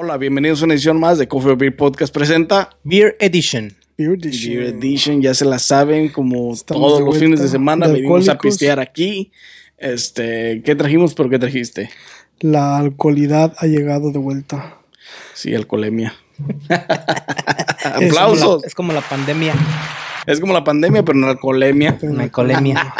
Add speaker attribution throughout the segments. Speaker 1: Hola, bienvenidos a una edición más de Coffee or Beer Podcast presenta
Speaker 2: Beer Edition.
Speaker 3: Beer
Speaker 1: Beer
Speaker 3: Edition.
Speaker 1: Edition, ya se la saben, como
Speaker 3: Estamos
Speaker 1: todos
Speaker 3: de
Speaker 1: los
Speaker 3: vuelta.
Speaker 1: fines de semana
Speaker 3: De
Speaker 1: venimos a
Speaker 3: alcohólicos.
Speaker 1: pistear aquí. Este, ¿qué trajimos? ¿Pero qué trajiste?
Speaker 3: La alcoholidad ha llegado de vuelta.
Speaker 1: Sí, alcoholemia. Aplausos.
Speaker 2: Es como la, es como la pandemia,
Speaker 1: Es como la pandemia, pero no la alcoholemia.
Speaker 2: una alcoholemia.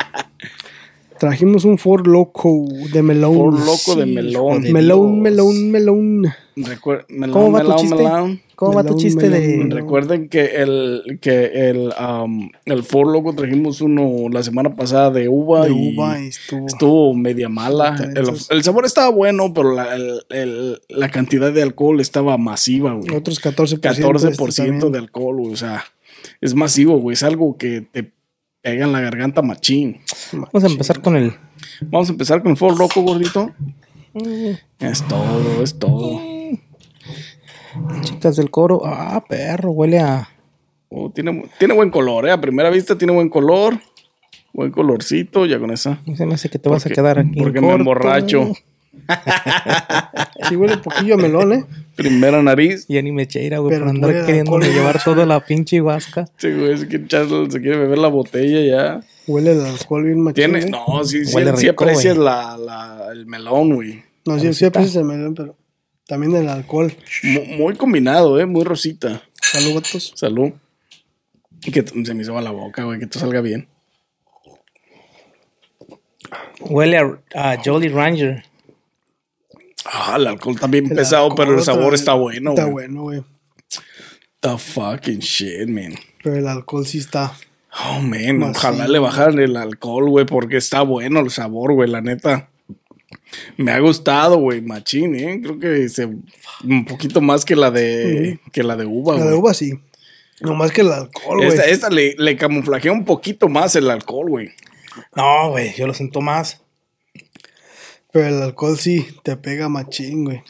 Speaker 3: Trajimos un Ford Loco de melón.
Speaker 1: Por loco de
Speaker 2: sí,
Speaker 1: melón.
Speaker 2: hijo de-
Speaker 3: melón,
Speaker 2: Dios.
Speaker 3: melón, melón.
Speaker 1: Recuer- melón,
Speaker 2: ¿Cómo va tu
Speaker 1: melón,
Speaker 2: chiste?
Speaker 1: melón.
Speaker 2: ¿Cómo va tu
Speaker 3: Melón,
Speaker 2: chiste
Speaker 3: melón.
Speaker 2: de...?
Speaker 1: Recuerden que el que el am, el Ford loco trajimos uno la semana pasada de uva
Speaker 3: De
Speaker 1: y-
Speaker 3: uva y estuvo.
Speaker 1: Estuvo media mala. El,
Speaker 3: Entonces-
Speaker 1: el sabor estaba bueno, pero la, el- el- la cantidad de alcohol estaba masiva, güey.
Speaker 3: Otros 14%. de este
Speaker 1: 14%
Speaker 3: también.
Speaker 1: de alcohol, güey. O sea, es masivo, güey. Es algo que te pega en la garganta machín.
Speaker 2: Vamos a empezar con el...
Speaker 1: Vamos a empezar con el Ford Loco, gordito.
Speaker 3: Mm.
Speaker 1: Es todo, es todo.
Speaker 2: Chicas del coro. Ah, perro, huele a...
Speaker 1: Oh, tiene, tiene buen color, ¿eh? A primera vista tiene buen color. Buen colorcito, ya con esa.
Speaker 2: Se me hace que te vas a
Speaker 1: Porque-
Speaker 2: quedar aquí. en
Speaker 1: Porque me
Speaker 2: corto.
Speaker 1: emborracho.
Speaker 3: Sí, huele un poquillo a melón, ¿eh?
Speaker 1: Primera nariz.
Speaker 2: Ya ni me cheira, güey,
Speaker 3: Pero
Speaker 2: por andar
Speaker 3: huele a
Speaker 2: queriéndome
Speaker 3: alcohol.
Speaker 2: llevar toda la pinche vasca.
Speaker 1: Sí, güey, se quiere echar- se quiere beber la botella ya.
Speaker 3: Huele el alcohol bien machín.
Speaker 1: Tiene,
Speaker 3: ¿eh?
Speaker 1: no, sí, sí,
Speaker 2: Huele
Speaker 1: sí
Speaker 2: rico,
Speaker 1: aprecias
Speaker 2: güey.
Speaker 1: la, la- el melón, güey.
Speaker 3: No, sí, pues, sí, aprecias el melón, pero también el alcohol.
Speaker 1: Mu- Muy, combinado, eh, muy rosita.
Speaker 3: Salud, vatos.
Speaker 1: Salud. Y que t- se me hizo a la boca, güey, que esto salga bien.
Speaker 2: Huele a, a Jolly Ranger.
Speaker 1: Ah, el alcohol está bien
Speaker 3: El
Speaker 1: pesado,
Speaker 3: alcohol
Speaker 1: pero el sabor
Speaker 3: otra-
Speaker 1: está bueno,
Speaker 3: Está
Speaker 1: güey.
Speaker 3: bueno, güey.
Speaker 1: The fucking shit, man.
Speaker 3: Pero el alcohol sí está.
Speaker 1: Oh, man,
Speaker 3: Más
Speaker 1: ojalá
Speaker 3: sí.
Speaker 1: le bajaran el alcohol, güey, porque está bueno el sabor, güey, la neta. Me ha gustado, güey, machín, eh. Creo que se, un poquito más que la de, que la de uva,
Speaker 3: La
Speaker 1: güey.
Speaker 3: de uva sí. No más que el alcohol, güey.
Speaker 1: Esta, esta le, le camuflajea un poquito más el alcohol, güey.
Speaker 2: No, güey, yo lo siento más.
Speaker 3: Pero el alcohol sí te pega machín, güey.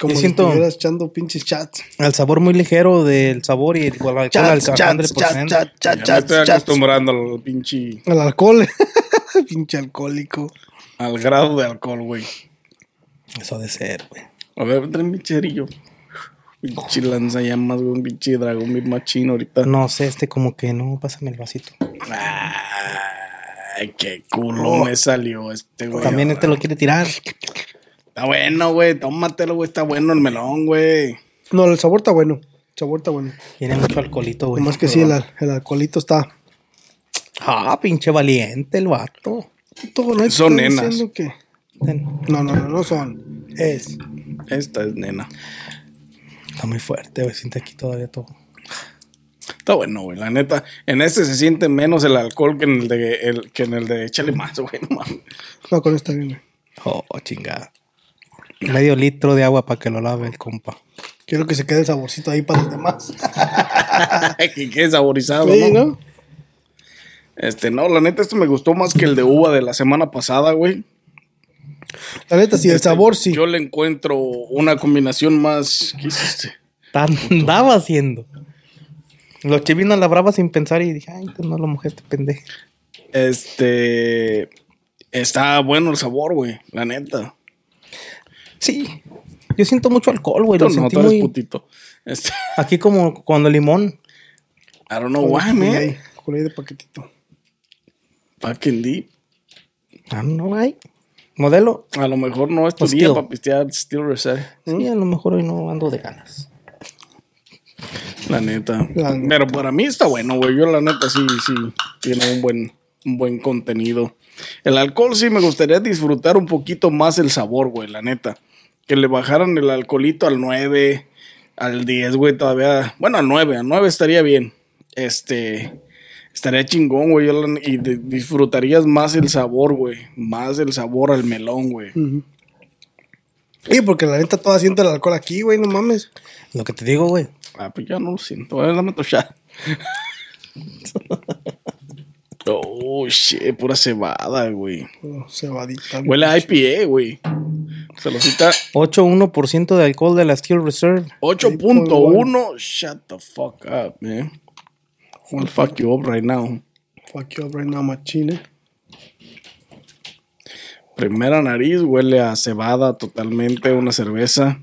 Speaker 3: Como
Speaker 2: Yo
Speaker 3: si
Speaker 2: siento-
Speaker 3: estuvieras echando pinches chats.
Speaker 2: El sabor muy ligero del sabor y el alcohol pues, ¿eh? al
Speaker 3: Chats, chats,
Speaker 2: 100%.
Speaker 3: chats, chats,
Speaker 1: Ya
Speaker 3: chats,
Speaker 1: me estoy
Speaker 3: chats, chats.
Speaker 1: acostumbrando al pinche
Speaker 3: Al alcohol. Pinche alcohólico.
Speaker 1: al grado de alcohol, güey.
Speaker 2: Eso ha de ser, güey.
Speaker 1: A ver, trae mi cerillo. Pinche
Speaker 3: Oh.
Speaker 1: lanzallamas, güey, un pinche dragón bien machino ahorita.
Speaker 2: No sé, este como que no, pásame el vasito.
Speaker 1: Ay, qué culo me salió este, güey.
Speaker 2: También este lo quiere tirar.
Speaker 1: Está bueno, güey, tómatelo, güey, está bueno el melón, güey.
Speaker 3: No, el sabor está bueno. El sabor está bueno.
Speaker 2: Tiene mucho alcoholito, güey.
Speaker 3: Nomás que sí, el, al- el alcoholito está.
Speaker 2: Ah, pinche valiente el vato.
Speaker 3: Todo, no
Speaker 1: Son
Speaker 3: estoy
Speaker 1: nenas.
Speaker 3: diciendo que-
Speaker 2: Ten.
Speaker 3: No, no, no, no son. Es.
Speaker 1: Esta es nena.
Speaker 2: Está muy fuerte, güey. Siente aquí todavía todo.
Speaker 1: Está bueno, güey, la neta. En este se siente menos el alcohol que en el de, el- que en el de échale más, güey, no mames.
Speaker 3: No, con esta bien, güey.
Speaker 2: Oh, chingada. Medio litro de agua para que lo lave el compa.
Speaker 3: Quiero que se quede el saborcito ahí para los demás.
Speaker 1: que quede saborizado,
Speaker 3: Sí,
Speaker 1: ¿no?
Speaker 3: ¿no?
Speaker 1: Este, no, la neta, esto me gustó más que el de uva de la semana pasada, güey.
Speaker 3: La neta, sí, el
Speaker 1: Este,
Speaker 3: sabor sí.
Speaker 1: Yo le encuentro una combinación más. ¿Qué hiciste?
Speaker 2: Tan- andaba haciendo. Los chivinos la brava sin pensar y dije, ay, pues no lo mojé este pendejo.
Speaker 1: Este. Está bueno el sabor, güey. La neta.
Speaker 2: Sí. Yo siento mucho alcohol, güey.
Speaker 1: No,
Speaker 2: Lo
Speaker 1: no,
Speaker 2: sentí
Speaker 1: tú eres
Speaker 2: muy-
Speaker 1: putito. Este,
Speaker 2: Aquí como cuando limón.
Speaker 1: I don't know why, man.
Speaker 3: Culé de paquetito.
Speaker 1: Fucking deep.
Speaker 2: Ah, no, güey. Modelo.
Speaker 1: A lo mejor no es tu
Speaker 2: Pues,
Speaker 1: día
Speaker 2: tío.
Speaker 1: para pistear Steel Reserve.
Speaker 2: Sí, a lo mejor hoy no ando de ganas.
Speaker 1: La neta.
Speaker 3: La neta.
Speaker 1: Pero para mí está bueno, güey. Yo la neta sí, sí. Tiene un buen, un buen contenido. El alcohol sí me gustaría disfrutar un poquito más el sabor, güey. La neta. Que le bajaran el alcoholito al 9, al 10, güey. Todavía. Bueno, al 9. Al 9 estaría bien. Este. Estaría chingón, güey. yo la- Y de- disfrutarías más el sabor, güey. Más el sabor al melón, güey.
Speaker 3: Sí, porque la neta toda siente el alcohol aquí, güey, no mames.
Speaker 2: Lo que te digo, güey.
Speaker 1: Ah, pues ya no lo siento. A ver, dame tu shot. oh, shit, pura cebada, güey.
Speaker 3: Oh, cebadita. güey.
Speaker 1: Huele a IPA, güey. Se lo cita
Speaker 2: 8.1% de alcohol de la Steel Reserve.
Speaker 1: 8.1. Shut the fuck up, man. I'll fuck you up right now.
Speaker 3: Fuck you up right now, machine.
Speaker 1: Primera nariz, huele a cebada totalmente, una cerveza.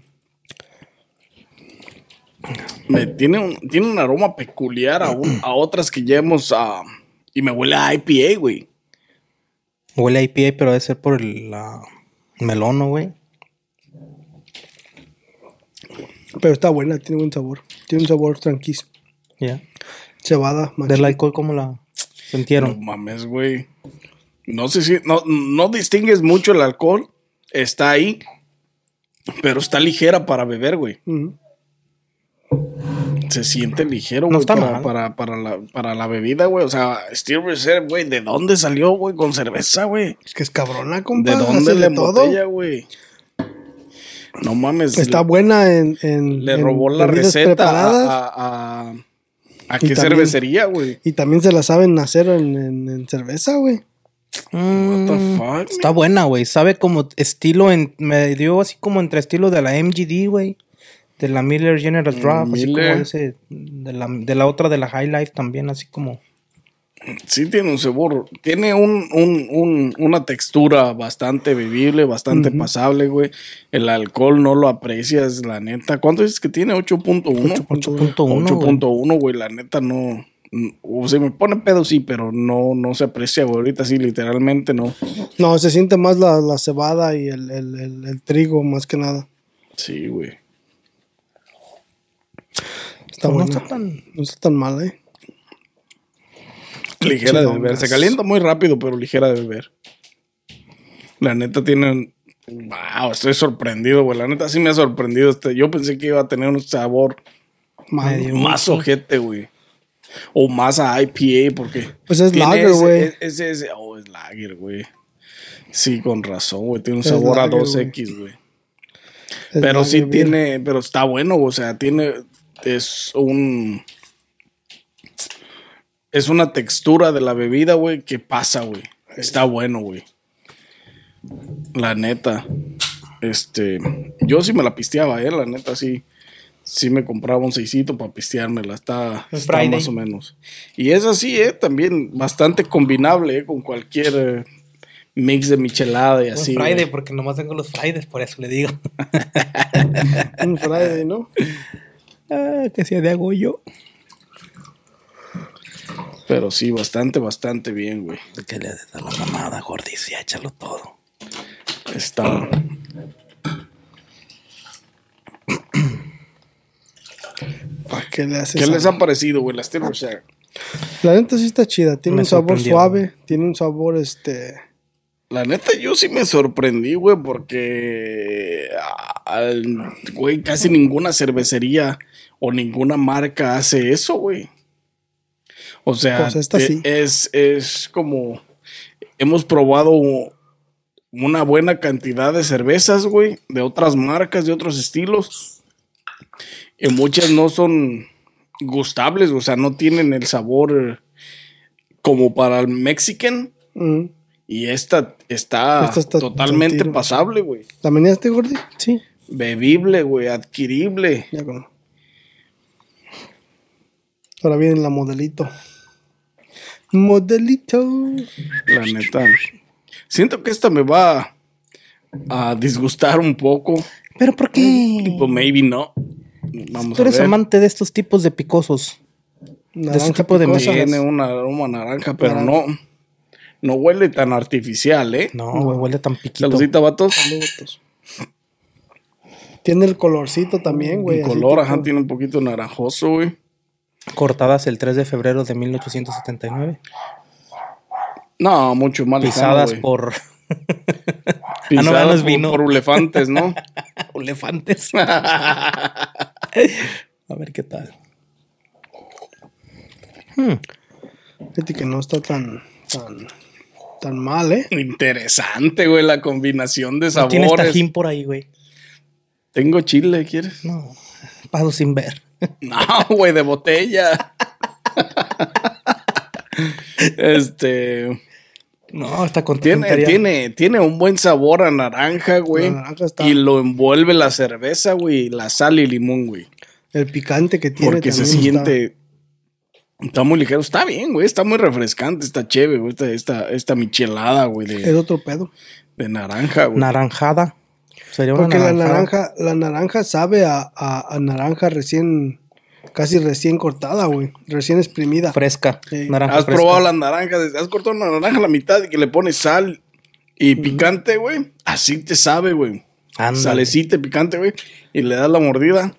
Speaker 1: Me tiene, un, tiene un aroma peculiar a, un- a otras que ya hemos... ah, y me huele a IPA, güey.
Speaker 2: Huele a IPA, pero debe ser por el la- melono, güey.
Speaker 3: Pero está buena, tiene buen sabor. Tiene un sabor tranquilo.
Speaker 2: Ya.
Speaker 3: Cebada,
Speaker 2: Del
Speaker 3: machine.
Speaker 2: alcohol, ¿cómo la
Speaker 1: No
Speaker 2: sintieron?
Speaker 1: mames, güey. No sé si. No, no distingues mucho el alcohol. Está ahí. Pero está ligera para beber, güey.
Speaker 3: Ujú.
Speaker 1: Se siente ligero,
Speaker 2: No
Speaker 1: güey.
Speaker 2: está
Speaker 1: para,
Speaker 2: mal.
Speaker 1: para, para la, para la bebida, güey. O sea, Steel Reserve, güey. ¿De dónde salió, güey? Con cerveza, güey.
Speaker 3: Es que es cabrona, compa.
Speaker 1: ¿De dónde
Speaker 3: hace
Speaker 1: le
Speaker 3: de todo?
Speaker 1: embotella, güey? No mames.
Speaker 3: Está
Speaker 1: le-
Speaker 3: buena en. en-
Speaker 1: Le
Speaker 3: en
Speaker 1: robó la
Speaker 3: bebidas
Speaker 1: receta
Speaker 3: preparadas.
Speaker 1: a. a, a- a qué
Speaker 3: también-
Speaker 1: cervecería, güey?
Speaker 3: Y también se la saben hacer en, en- en cerveza, güey.
Speaker 1: What
Speaker 2: Mm,
Speaker 1: the fuck,
Speaker 2: Está buena, güey. Sabe como estilo en. Me dio así como entre estilo de la MGD, güey. De la Miller General Draft. así como
Speaker 1: Miller.
Speaker 2: ese. De la, de la otra de la High Life también, así como.
Speaker 1: Sí tiene un sabor, tiene un, un- un- una textura bastante bebible, bastante pasable, güey. El alcohol no lo aprecias, la neta. ¿Cuánto dices que tiene? 8.1.
Speaker 2: 8.1. güey.
Speaker 1: 8.1, güey, la neta no... n- O se me pone pedo, sí, pero no, no se aprecia, güey. Ahorita sí, literalmente no.
Speaker 3: No, se siente más la, la cebada y el, el- el- el trigo, más que nada.
Speaker 1: Sí, güey.
Speaker 3: Está
Speaker 2: No
Speaker 3: buena.
Speaker 2: está tan-
Speaker 3: No está tan mala, eh.
Speaker 1: Ligera de beber.
Speaker 3: Chingongas.
Speaker 1: Se calienta muy rápido, pero ligera de beber. La neta tienen. Wow, estoy sorprendido, güey. La neta sí me ha sorprendido. Este. Yo pensé que iba a tener un sabor
Speaker 3: Mal.
Speaker 2: Medio.
Speaker 1: más ojete, güey. O más a IPA, porque.
Speaker 3: Pues es
Speaker 1: tiene
Speaker 3: lager,
Speaker 1: ese-
Speaker 3: güey.
Speaker 1: Ese, ese- oh, es lager, güey. Sí, con razón, güey. Tiene un
Speaker 3: Es
Speaker 1: sabor
Speaker 3: lager,
Speaker 1: a
Speaker 3: güey.
Speaker 1: 2X, güey.
Speaker 3: Es
Speaker 1: Pero
Speaker 3: lager
Speaker 1: sí
Speaker 3: beer.
Speaker 1: tiene, pero está bueno, o sea, tiene, es un, es una textura de la bebida, güey, que pasa, güey. Está bueno, güey. La neta, este, yo sí me la pisteaba, eh, la neta, sí, sí me compraba un seisito para pisteármela, está,
Speaker 2: Un
Speaker 1: está
Speaker 2: Friday.
Speaker 1: más o menos. Y es así, eh, también bastante combinable, eh, con cualquier eh, mix de michelada y
Speaker 2: Un
Speaker 1: así.
Speaker 2: Friday,
Speaker 1: güey.
Speaker 2: porque nomás tengo los Fridays, por eso le digo.
Speaker 3: Un Friday, ¿no?
Speaker 2: Ah, que sea de hago yo.
Speaker 1: Pero sí, bastante, bastante bien, güey.
Speaker 2: Que le des a la mamada, gordicia, échalo todo.
Speaker 1: Está.
Speaker 3: ¿Para qué le haces?
Speaker 1: ¿Qué les
Speaker 3: a-
Speaker 1: ha parecido, güey? Las Steel Reserve.
Speaker 3: La neta sí está chida. Tiene
Speaker 2: Me
Speaker 3: un sabor
Speaker 2: sorprendió.
Speaker 3: suave. Tiene un sabor, este.
Speaker 1: La neta, yo sí me sorprendí, güey, porque. ah, al- Güey, casi ninguna cervecería o ninguna marca hace eso, güey. O sea,
Speaker 3: Pues esta
Speaker 1: te-
Speaker 3: sí.
Speaker 1: es, es como. Hemos probado una buena cantidad de cervezas, güey, de otras marcas, de otros estilos. Y muchas no son gustables, o sea, no tienen el sabor eh, como para el Mexican.
Speaker 3: mm.
Speaker 1: Y esta está,
Speaker 3: Esta está
Speaker 1: totalmente
Speaker 3: tranquila.
Speaker 1: pasable, güey.
Speaker 3: ¿La meneaste, Gordy? Sí.
Speaker 1: Bebible, güey, adquirible.
Speaker 3: Ya con. Ahora viene la modelito. Modelito.
Speaker 1: La neta. Siento que esta me va a disgustar un poco.
Speaker 2: ¿Pero por qué?
Speaker 1: Tipo, maybe no. Vamos
Speaker 2: Tú
Speaker 1: a
Speaker 2: eres
Speaker 1: ver.
Speaker 2: amante de estos tipos de picosos.
Speaker 3: Naranja
Speaker 2: ese tipo de
Speaker 3: picosa.
Speaker 2: miel.
Speaker 1: Tiene un aroma naranja, pero no. No huele tan artificial, ¿eh?
Speaker 2: No, güey, huele tan piquito.
Speaker 1: Saludita, vatos.
Speaker 3: Tiene el colorcito también, güey.
Speaker 1: El
Speaker 3: así
Speaker 1: color,
Speaker 3: tipo-
Speaker 1: ajá, tiene un poquito naranjoso, güey.
Speaker 2: Cortadas el 3 de febrero de 1879.
Speaker 1: No, mucho más lejano,
Speaker 2: Pisadas
Speaker 1: güey.
Speaker 2: por Ah,
Speaker 1: Pisadas
Speaker 2: no, no es
Speaker 1: por-
Speaker 2: vino.
Speaker 1: por elefantes, ¿no?
Speaker 2: elefantes. A ver qué tal.
Speaker 3: Fíjate que no está tan, tan, tan mal, ¿eh?
Speaker 1: Interesante, güey, la combinación de
Speaker 2: Tienes
Speaker 1: sabores.
Speaker 2: tajín por ahí, güey.
Speaker 1: Tengo chile, ¿quieres?
Speaker 2: No, paso sin ver.
Speaker 1: No, güey, de botella. este.
Speaker 2: No, está con
Speaker 1: Tiene,
Speaker 2: tintería.
Speaker 1: tiene, tiene un buen sabor a naranja, güey.
Speaker 3: La naranja está-
Speaker 1: Y lo envuelve la cerveza, güey, y la sal y limón, güey.
Speaker 3: El picante que tiene.
Speaker 1: Porque se
Speaker 3: también está-
Speaker 1: siente. Está muy ligero, está bien, güey, está muy refrescante, está chévere, güey, esta, esta, esta michelada, güey,
Speaker 3: Es
Speaker 1: de,
Speaker 3: otro pedo.
Speaker 1: de naranja, güey.
Speaker 2: Naranjada. Sería una
Speaker 3: Porque la
Speaker 2: naranjada.
Speaker 3: naranja, la naranja sabe a, a- a naranja recién, casi recién cortada, güey. Recién exprimida.
Speaker 2: fresca.
Speaker 3: Sí.
Speaker 2: Naranja
Speaker 1: Has
Speaker 2: fresca.
Speaker 1: probado las naranjas, has cortado una naranja a la mitad y que le pones sal y picante, güey. Así te sabe, güey.
Speaker 2: Ándale.
Speaker 1: Salecita y picante, güey. Y le das la mordida.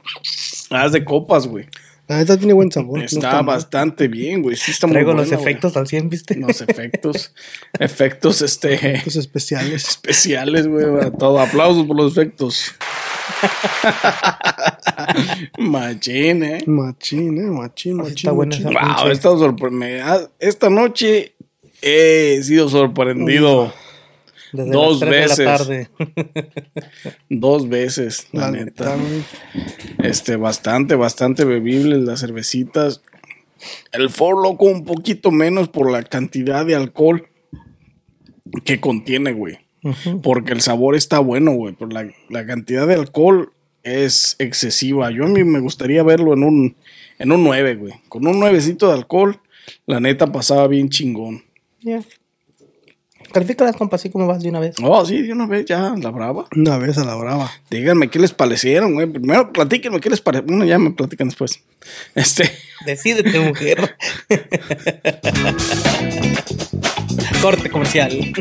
Speaker 1: Haz de copas, güey.
Speaker 3: La neta tiene buen sabor. no
Speaker 1: Está
Speaker 3: está mal.
Speaker 1: bastante bien, güey. Sí está muy
Speaker 2: Traigo
Speaker 1: buena,
Speaker 2: los
Speaker 1: güey.
Speaker 2: efectos al 100, ¿viste?
Speaker 1: Los efectos. efectos, este.
Speaker 3: Efectos especiales.
Speaker 1: Especiales, güey. para Todo. Aplausos por los efectos. Machín, eh.
Speaker 3: Machín, eh, machín, machín.
Speaker 2: está buena
Speaker 3: machín.
Speaker 2: esa.
Speaker 1: Wow, he estado sorprendido. Esta noche he sido sorprendido.
Speaker 2: Desde
Speaker 1: Dos
Speaker 2: las 3 de
Speaker 1: veces.
Speaker 2: la tarde.
Speaker 1: Dos veces, la,
Speaker 3: La
Speaker 1: neta.
Speaker 3: neta, güey.
Speaker 1: Este, bastante, bastante bebible las cervecitas. El Four Loco un poquito menos por la cantidad de alcohol que contiene, güey. Porque el sabor está bueno, güey. Pero la, la cantidad de alcohol es excesiva. Yo a mí me gustaría verlo en un, en un 9, güey. Con un nuevecito de alcohol, la neta pasaba bien chingón.
Speaker 2: Ya. Califícalas, compa, así como vas de una vez.
Speaker 1: Oh, sí, de una vez ya, la brava.
Speaker 3: Una vez a la brava.
Speaker 1: Díganme qué les parecieron, güey. Primero platíquenme qué les pareció. Bueno, ya me platican después. Este.
Speaker 2: Decídete, mujer. Corte comercial.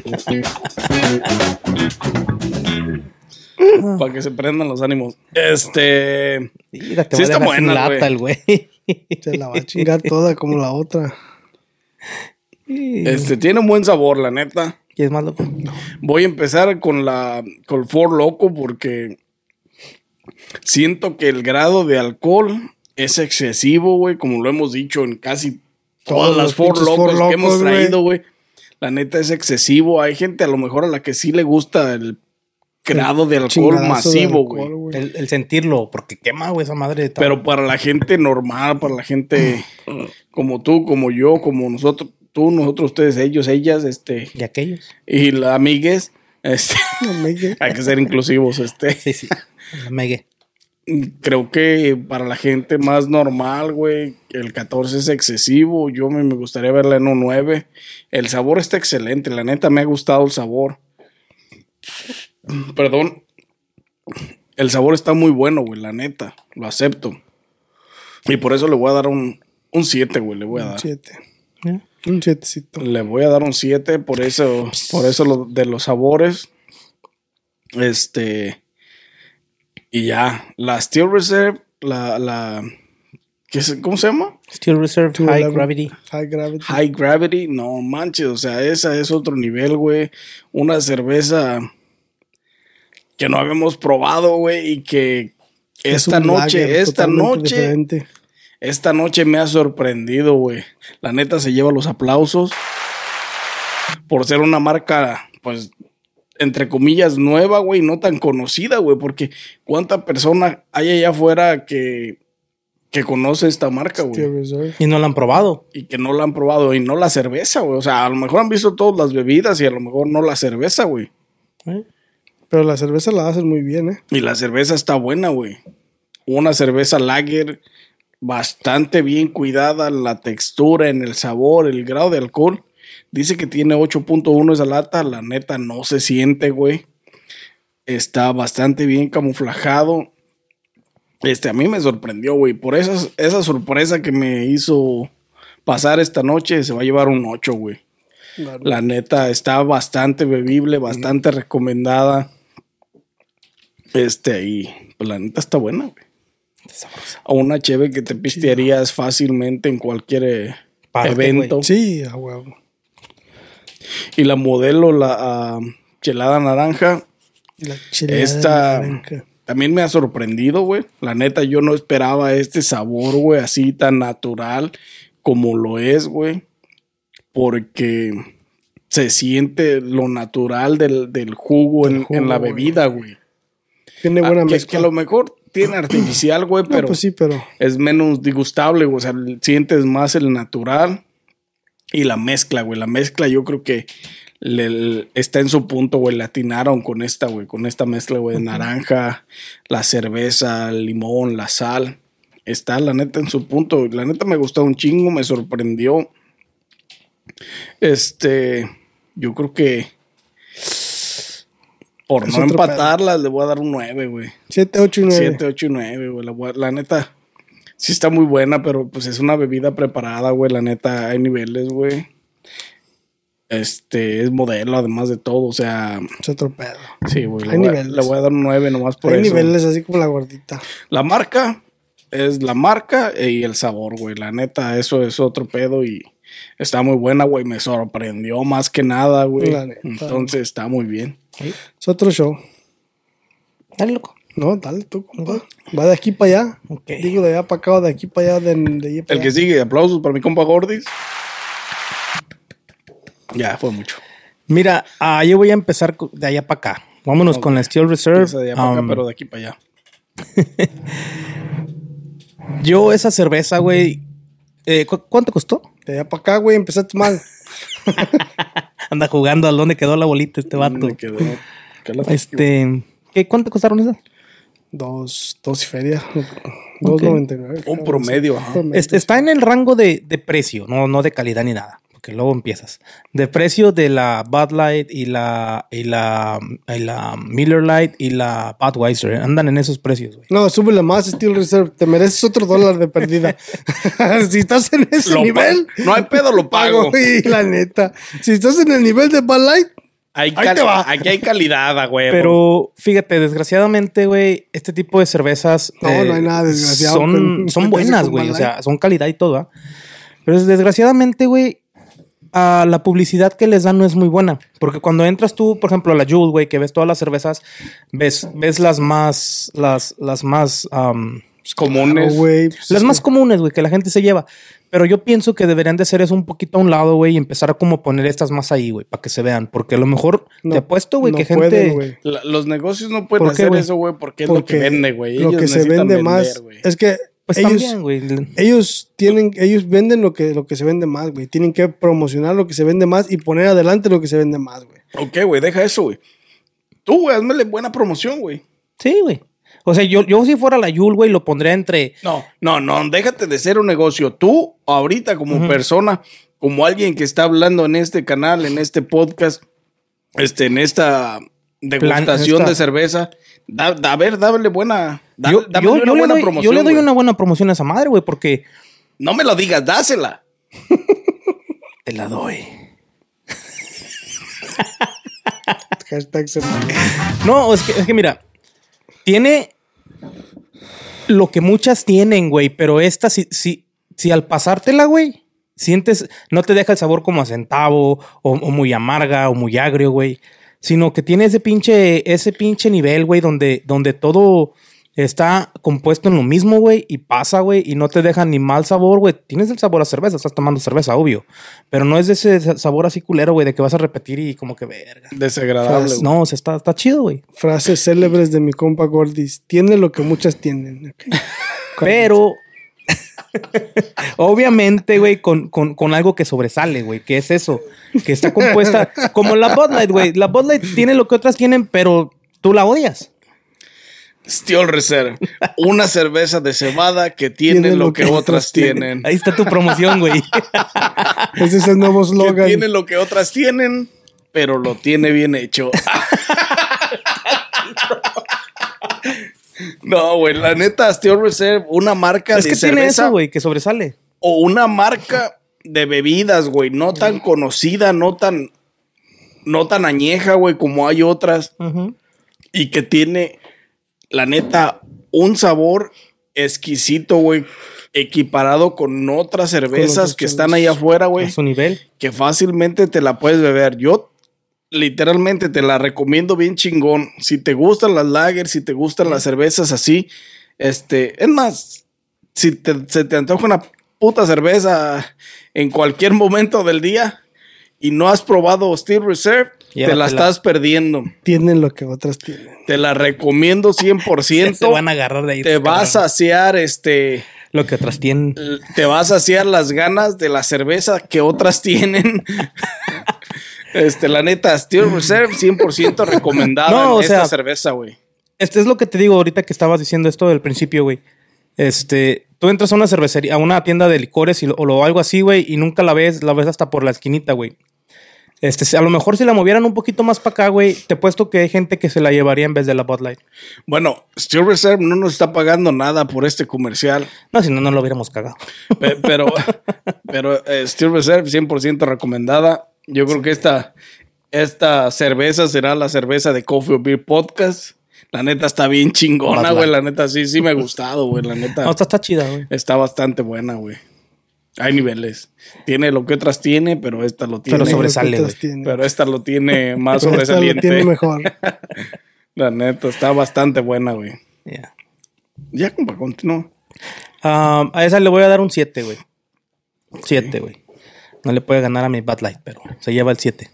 Speaker 1: Para que se prendan los ánimos. Este.
Speaker 2: Mira, te
Speaker 1: Sí
Speaker 2: va a
Speaker 1: está
Speaker 2: dejar sin
Speaker 1: buena,
Speaker 2: lata el güey.
Speaker 3: Se la va a chingar toda como la otra.
Speaker 1: Este tiene un buen sabor, la neta.
Speaker 2: ¿Quieres más loco?
Speaker 1: Voy a empezar con la. con el For Loco porque. Siento que el grado de alcohol es excesivo, güey. Como lo hemos dicho en casi todas
Speaker 3: Todos
Speaker 1: las
Speaker 3: los
Speaker 1: Four
Speaker 3: pinches
Speaker 1: Locos,
Speaker 3: Four
Speaker 1: que hemos
Speaker 3: Locos, güey.
Speaker 1: traído, güey. La neta es excesivo. Hay gente a lo mejor a la que sí le gusta el grado de alcohol
Speaker 3: Chingadazo de
Speaker 1: masivo,
Speaker 3: alcohol,
Speaker 1: güey.
Speaker 2: El, el sentirlo, porque quema, güey, esa madre. de tal.
Speaker 1: Pero para la gente normal, para la gente como tú, como yo, como nosotros, tú, nosotros, ustedes, ellos, ellas, este,
Speaker 2: Y aquellos.
Speaker 1: y las amigues, este,
Speaker 3: No me llegues.
Speaker 1: hay que ser inclusivos, este.
Speaker 2: Sí, sí. La Megue.
Speaker 1: Creo que para la gente más normal, güey, el 14 es excesivo. Yo me, me gustaría verla en un 9. El sabor está excelente, la neta me ha gustado el sabor. Perdón. El sabor está muy bueno, güey, la neta. Lo acepto. Y por eso le voy a dar un, un 7, güey, le voy a
Speaker 3: Un
Speaker 1: dar.
Speaker 3: siete.
Speaker 1: ¿Eh?
Speaker 2: ¿Ya?
Speaker 3: Un sietecito.
Speaker 1: Le voy a dar un 7 por eso, por eso lo- de los sabores. Este. Y ya. La Steel Reserve, la. la ¿qué es- ¿Cómo se llama?
Speaker 2: Steel Reserve
Speaker 3: Two
Speaker 2: High
Speaker 3: eleven.
Speaker 2: Gravity.
Speaker 3: High gravity.
Speaker 1: High Gravity, no manches, o sea, esa es otro nivel, güey. Una cerveza que no habíamos probado, güey, y que
Speaker 3: Es
Speaker 1: esta
Speaker 3: un
Speaker 1: noche,
Speaker 3: lager
Speaker 1: esta
Speaker 3: totalmente
Speaker 1: noche,
Speaker 3: diferente.
Speaker 1: esta noche me ha sorprendido, güey. La neta se lleva los aplausos por ser una marca, pues, entre comillas, nueva, güey, no tan conocida, güey, porque cuánta persona hay allá afuera que, que conoce esta marca, güey
Speaker 3: Steel Reserve.
Speaker 2: Y no la han probado.
Speaker 1: y que no la han probado y no la cerveza, güey. O sea, a lo mejor han visto todas las bebidas y a lo mejor no la cerveza, güey.
Speaker 2: ¿eh?
Speaker 3: Pero la cerveza la hacen muy bien, ¿eh?
Speaker 1: Y la cerveza está buena, güey. Una cerveza lager bastante bien cuidada la textura, en el sabor, el grado de alcohol. Dice que tiene 8.1 esa lata, la neta no se siente, güey. Está bastante bien camuflajado. Este, a mí me sorprendió, güey. Por esas, esa sorpresa que me hizo pasar esta noche, se va a llevar un 8, güey. La neta está bastante bebible, bastante recomendada. Este, y pues, la neta está buena, güey. A una cheve que te pistearías fácilmente en cualquier eh,
Speaker 2: Parte,
Speaker 1: evento.
Speaker 3: Sí, a huevo.
Speaker 1: Y la modelo, la ah, chelada naranja,
Speaker 3: Y La chile.
Speaker 1: esta también me ha sorprendido, güey. La neta, yo no esperaba este sabor, güey, así tan natural como lo es, güey. Porque se siente lo natural del, del jugo, en, en la
Speaker 3: jugo,
Speaker 1: bebida, güey.
Speaker 3: Tiene buena
Speaker 1: Ah, que, que
Speaker 3: mezcla.
Speaker 1: a lo mejor tiene artificial, güey,
Speaker 3: No,
Speaker 1: pero
Speaker 3: pues sí, pero.
Speaker 1: es menos disgustable, güey. O sea, sientes más el natural y la mezcla, güey. La mezcla yo creo que le- le- está en su punto, güey. La atinaron con esta, güey. Con esta mezcla, güey, de naranja, la cerveza, el limón, la sal. Está, la neta, en su punto. güey. La neta me gustó un chingo, me sorprendió. Este, yo creo que por
Speaker 3: Es
Speaker 1: no
Speaker 3: otro pedo.
Speaker 1: empatarla, le voy a dar un 9, güey.
Speaker 3: 7, 8 y 9.
Speaker 1: 7, 8 y 9, güey. La, gua- la neta, sí está muy buena, pero pues es una bebida preparada, güey. La neta, hay niveles, güey. Este, es modelo, además de todo. O sea,
Speaker 3: Es otro pedo.
Speaker 1: sí, güey. Le,
Speaker 3: Hay
Speaker 1: voy a-
Speaker 3: niveles.
Speaker 1: le voy a dar un 9 nomás por
Speaker 3: Hay
Speaker 1: eso.
Speaker 3: niveles así como la gordita.
Speaker 1: La marca es la marca e, y el sabor, güey. La neta, eso es otro pedo y está muy buena, güey. Me sorprendió más que nada, güey.
Speaker 3: La neta.
Speaker 1: Entonces, está muy bien.
Speaker 3: Es otro show.
Speaker 2: Dale, loco.
Speaker 3: No, dale tú, compa. Va de aquí para allá.
Speaker 2: Ok.
Speaker 3: Digo de allá para acá o de aquí para allá. De, de allí para
Speaker 1: El que
Speaker 3: allá.
Speaker 1: sigue, aplausos para mi compa Gordis. Ya, fue mucho.
Speaker 2: Mira, ah, yo voy a empezar co- de allá para acá. Vámonos con la Steel Reserve.
Speaker 1: Esa de allá para acá,
Speaker 2: Um,
Speaker 1: pero de aquí para allá.
Speaker 2: Yo esa cerveza, güey, eh, ¿cu- ¿cuánto costó?
Speaker 3: De allá para acá, güey, empezaste mal.
Speaker 2: Anda jugando al dónde quedó la bolita este
Speaker 3: Ah,
Speaker 2: vato.
Speaker 1: Me quedó. ¿Qué la-
Speaker 2: Este, ¿qué, ¿cuánto costaron esas?
Speaker 3: Dos, dos y feria.
Speaker 2: Ok.
Speaker 3: 2.99.
Speaker 1: Un promedio, ajá.
Speaker 2: Este, está en el rango de, de precio, no, no de calidad ni nada, porque luego empiezas. De precio de la Bud Light y la, y la, y la Miller Light y la Budweiser. eh, Andan en esos precios, güey.
Speaker 3: No, súbele más Steel Reserve. Te mereces otro dólar de perdida. si estás en ese
Speaker 1: Lo pa-
Speaker 3: nivel,
Speaker 1: No hay pedo, lo pago.
Speaker 3: Y la neta. Si estás en el nivel de Bud Light,
Speaker 1: Hay
Speaker 3: Ahí
Speaker 1: cal-
Speaker 3: te va.
Speaker 1: Aquí hay calidad, ah, güey.
Speaker 2: Pero fíjate, desgraciadamente, güey, este tipo de cervezas. eh,
Speaker 3: No, no hay nada desgraciado
Speaker 2: Son,
Speaker 3: con-
Speaker 2: son
Speaker 3: con
Speaker 2: buenas,
Speaker 3: con
Speaker 2: güey. O
Speaker 3: Bud
Speaker 2: sea, son calidad y todo, ¿ah? Pero es- desgraciadamente, güey, a la publicidad que les dan no es muy buena. Porque cuando entras tú, por ejemplo, a la Jules, güey, que ves todas las cervezas, ves, ves las más. Las, las más. am,
Speaker 1: Pues, comunes.
Speaker 3: no, güey. pues,
Speaker 2: las más comunes, güey, que la gente se lleva. Pero yo pienso que deberían de hacer eso un poquito a un lado, güey, y empezar a como poner estas más ahí, güey, para que se vean. Porque a lo mejor
Speaker 3: no-
Speaker 2: te apuesto, güey,
Speaker 3: no
Speaker 2: que gente.
Speaker 3: pueden, güey.
Speaker 1: La- los negocios no pueden
Speaker 2: ¿Por qué,
Speaker 1: hacer
Speaker 2: güey?
Speaker 1: eso, güey, porque es lo
Speaker 3: Porque
Speaker 1: que vende, güey.
Speaker 3: Lo
Speaker 1: Ellos
Speaker 3: que se
Speaker 1: necesitan
Speaker 3: vende
Speaker 1: vender,
Speaker 3: más
Speaker 1: güey.
Speaker 3: es que
Speaker 2: Pues
Speaker 3: ellos,
Speaker 2: también, güey.
Speaker 3: ellos tienen, ellos venden lo que, lo que se vende más, güey. Tienen que promocionar lo que se vende más y poner adelante lo que se vende más, güey.
Speaker 1: Ok, güey, deja eso, güey. Tú, güey, hazmele buena promoción, güey.
Speaker 2: Sí, güey. O sea, yo, yo si fuera la Yul, güey, lo pondría entre.
Speaker 1: No, no, no, déjate de ser un negocio. Tú, ahorita, como persona, como alguien que está hablando en este canal, en este podcast, este, en esta degustación
Speaker 2: esta-
Speaker 1: de cerveza, da, da- a ver, dale buena, da-
Speaker 2: yo,
Speaker 1: dámele
Speaker 2: yo-
Speaker 1: una
Speaker 2: yo le
Speaker 1: buena
Speaker 2: doy,
Speaker 1: promoción.
Speaker 2: yo le doy
Speaker 1: güey.
Speaker 2: una buena promoción a esa madre, güey, porque
Speaker 1: No me lo digas, dásela.
Speaker 2: te la doy.
Speaker 3: Hashtag se-
Speaker 2: No, es que, es que mira, tiene lo que muchas tienen, güey, pero esta, si, si, si al pasártela, güey, sientes, no te deja el sabor como a centavo o, o muy amarga o muy agrio, güey, sino que tiene ese pinche, ese pinche nivel, güey, donde, donde todo está compuesto en lo mismo, güey, y pasa, güey, y no te deja ni mal sabor, güey. Tienes el sabor a cerveza, estás tomando cerveza, obvio, pero no es de ese sa- sabor así culero, güey, de que vas a repetir y como que verga.
Speaker 1: Desagradable. güey.
Speaker 2: Pues, No, o sea, está, está chido, güey.
Speaker 3: Frases célebres de mi compa Gordis. Tiene lo que muchas tienen. ok.
Speaker 2: Pero, obviamente, güey, con, con- con algo que sobresale, güey, que es eso, que está compuesta como la Bud Light, güey. La Bud Light tiene lo que otras tienen, pero tú la odias.
Speaker 1: Steel Reserve. Una cerveza de cebada que tiene
Speaker 3: Tiene
Speaker 1: lo que otras tienen.
Speaker 2: Ahí está tu promoción, güey.
Speaker 3: Ese es el nuevo
Speaker 1: Que
Speaker 3: slogan.
Speaker 1: tiene lo que otras tienen, pero lo tiene bien hecho. No, güey, la neta, Steel Reserve, una marca
Speaker 2: es
Speaker 1: de
Speaker 2: que tiene
Speaker 1: cerveza
Speaker 2: eso, güey, que sobresale.
Speaker 1: o una marca de bebidas, güey, no tan conocida, no tan, no tan añeja, güey, como hay otras, y que tiene, la neta, un sabor exquisito, güey, equiparado con otras cervezas
Speaker 3: otras
Speaker 1: que están ahí afuera,
Speaker 2: A
Speaker 1: güey,
Speaker 2: su nivel.
Speaker 1: que fácilmente te la puedes beber. Yo literalmente te la recomiendo bien chingón. Si te gustan las lagers, si te gustan las cervezas así, este, es más, si te- se te antoja una puta cerveza en cualquier momento del día y no has probado Steel Reserve, te
Speaker 2: Llévatela.
Speaker 1: la estás perdiendo.
Speaker 3: Tienen lo que otras tienen.
Speaker 1: Te la recomiendo 100%.
Speaker 2: Se van a agarrar de ahí.
Speaker 1: te va a saciar este
Speaker 2: Lo que otras tienen.
Speaker 1: te va a saciar las ganas de la cerveza que otras tienen. este, la neta, Steel Reserve 100% recomendada
Speaker 2: No,
Speaker 1: en
Speaker 2: o
Speaker 1: esta
Speaker 2: sea-
Speaker 1: cerveza, güey.
Speaker 2: Este es lo que te digo ahorita que estabas diciendo esto del principio, güey. Este, tú entras a una cervecería, a una tienda de licores y lo- o lo- algo así, güey, y nunca la ves, la ves hasta por la esquinita, güey. Este, si- a lo mejor si la movieran un poquito más para acá, güey, te puesto que hay gente que se la llevaría en vez de la Bud Light.
Speaker 1: Bueno, Steel Reserve no nos está pagando nada por este comercial,
Speaker 2: No, si no, no lo hubiéramos cagado.
Speaker 1: pe- pero, pero eh, Steel Reserve 100% recomendada. Yo creo que esta, esta cerveza será la cerveza de Coffee or Beer Podcast. La neta está bien
Speaker 2: Bud
Speaker 1: chingona,
Speaker 2: Light.
Speaker 1: güey. La neta sí, sí me ha gustado, güey. La neta.
Speaker 2: No, esta está chida, güey.
Speaker 1: Está bastante buena, güey. Hay niveles. Tiene lo que otras tiene, pero esta lo tiene.
Speaker 2: Pero
Speaker 3: Tienen lo que
Speaker 2: sobresale,
Speaker 3: otras
Speaker 2: güey.
Speaker 3: tienen.
Speaker 1: Pero esta lo tiene más
Speaker 3: Pero esta lo
Speaker 1: sobresaliente.
Speaker 3: tiene mejor.
Speaker 1: La neta, está bastante buena, güey.
Speaker 2: Ya.
Speaker 1: Ya, compa, continúa.
Speaker 2: Ah, a esa le voy a dar un 7, güey. 7, güey. No le puede ganar a mi Bad Light, pero se lleva el 7.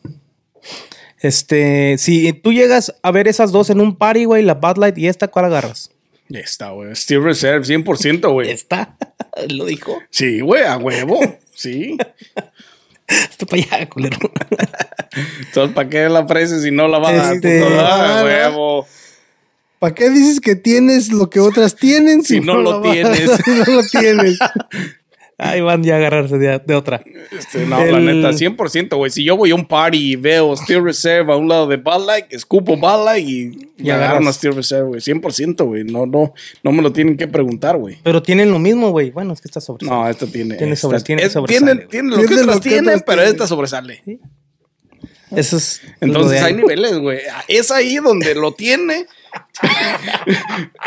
Speaker 2: Este, si tú llegas a ver esas dos en un party, güey, la Bad Light y esta, ¿cuál agarras?
Speaker 1: Ya está, güey. Steel Reserve, 100%, güey.
Speaker 2: Esta, lo dijo.
Speaker 1: Sí, güey, a huevo. Sí.
Speaker 2: Esto para allá, culero.
Speaker 1: Entonces, ¿para qué la ofreces si no la va a dar?
Speaker 2: Este,
Speaker 1: puto? Ah,
Speaker 3: ah,
Speaker 1: huevo.
Speaker 3: ¿Para qué dices que tienes lo que otras tienen
Speaker 1: Si no lo
Speaker 3: la vas-
Speaker 1: tienes.
Speaker 3: si no lo tienes?
Speaker 2: Ahí van ya a agarrarse de, de otra.
Speaker 1: Este, no, la
Speaker 2: El-
Speaker 1: neta, 100%, güey. Si yo voy a un party y veo Steel Reserve a un lado de Bud Light, escupo Bud Light y,
Speaker 2: Y
Speaker 1: y agarran a
Speaker 2: agarras.
Speaker 1: Steel Reserve, güey. 100%, güey. No, no, no me lo tienen que preguntar, güey.
Speaker 2: Pero tienen lo mismo, güey. Bueno, es que esta sobre.
Speaker 1: No, esta tiene.
Speaker 2: Tiene
Speaker 1: esta-
Speaker 2: sobre- tiene
Speaker 1: es-
Speaker 2: sobresale,
Speaker 1: tiene-
Speaker 2: güey.
Speaker 1: tiene lo que
Speaker 3: Tiene
Speaker 1: otras
Speaker 3: lo que
Speaker 1: tienen,
Speaker 3: otras
Speaker 1: pero
Speaker 3: tienen.
Speaker 1: esta sobresale.
Speaker 2: Eso es.
Speaker 1: Entonces hay
Speaker 2: lo de ahí.
Speaker 1: niveles, güey. Es ahí donde lo tiene.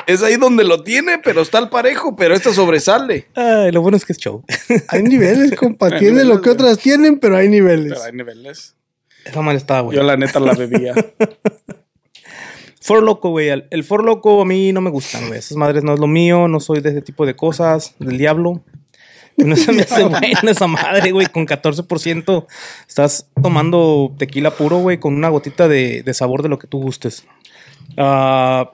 Speaker 1: es ahí donde lo tiene, pero está al parejo, pero esta sobresale.
Speaker 2: Ay, lo bueno es que es show.
Speaker 3: Hay niveles, compa. Tienen lo que otras tienen, pero hay niveles.
Speaker 1: Pero hay niveles.
Speaker 2: Esa mal estaba, güey.
Speaker 1: Yo la neta la bebía.
Speaker 2: For Loco, güey. El, el For Loco a mí no me gustan, güey. Esas madres no es lo mío. No soy de ese tipo de cosas. Del diablo. No se me hace buena esa madre, güey. Con 14% estás tomando tequila puro, güey. Con una gotita de, de sabor de lo que tú gustes. Ah,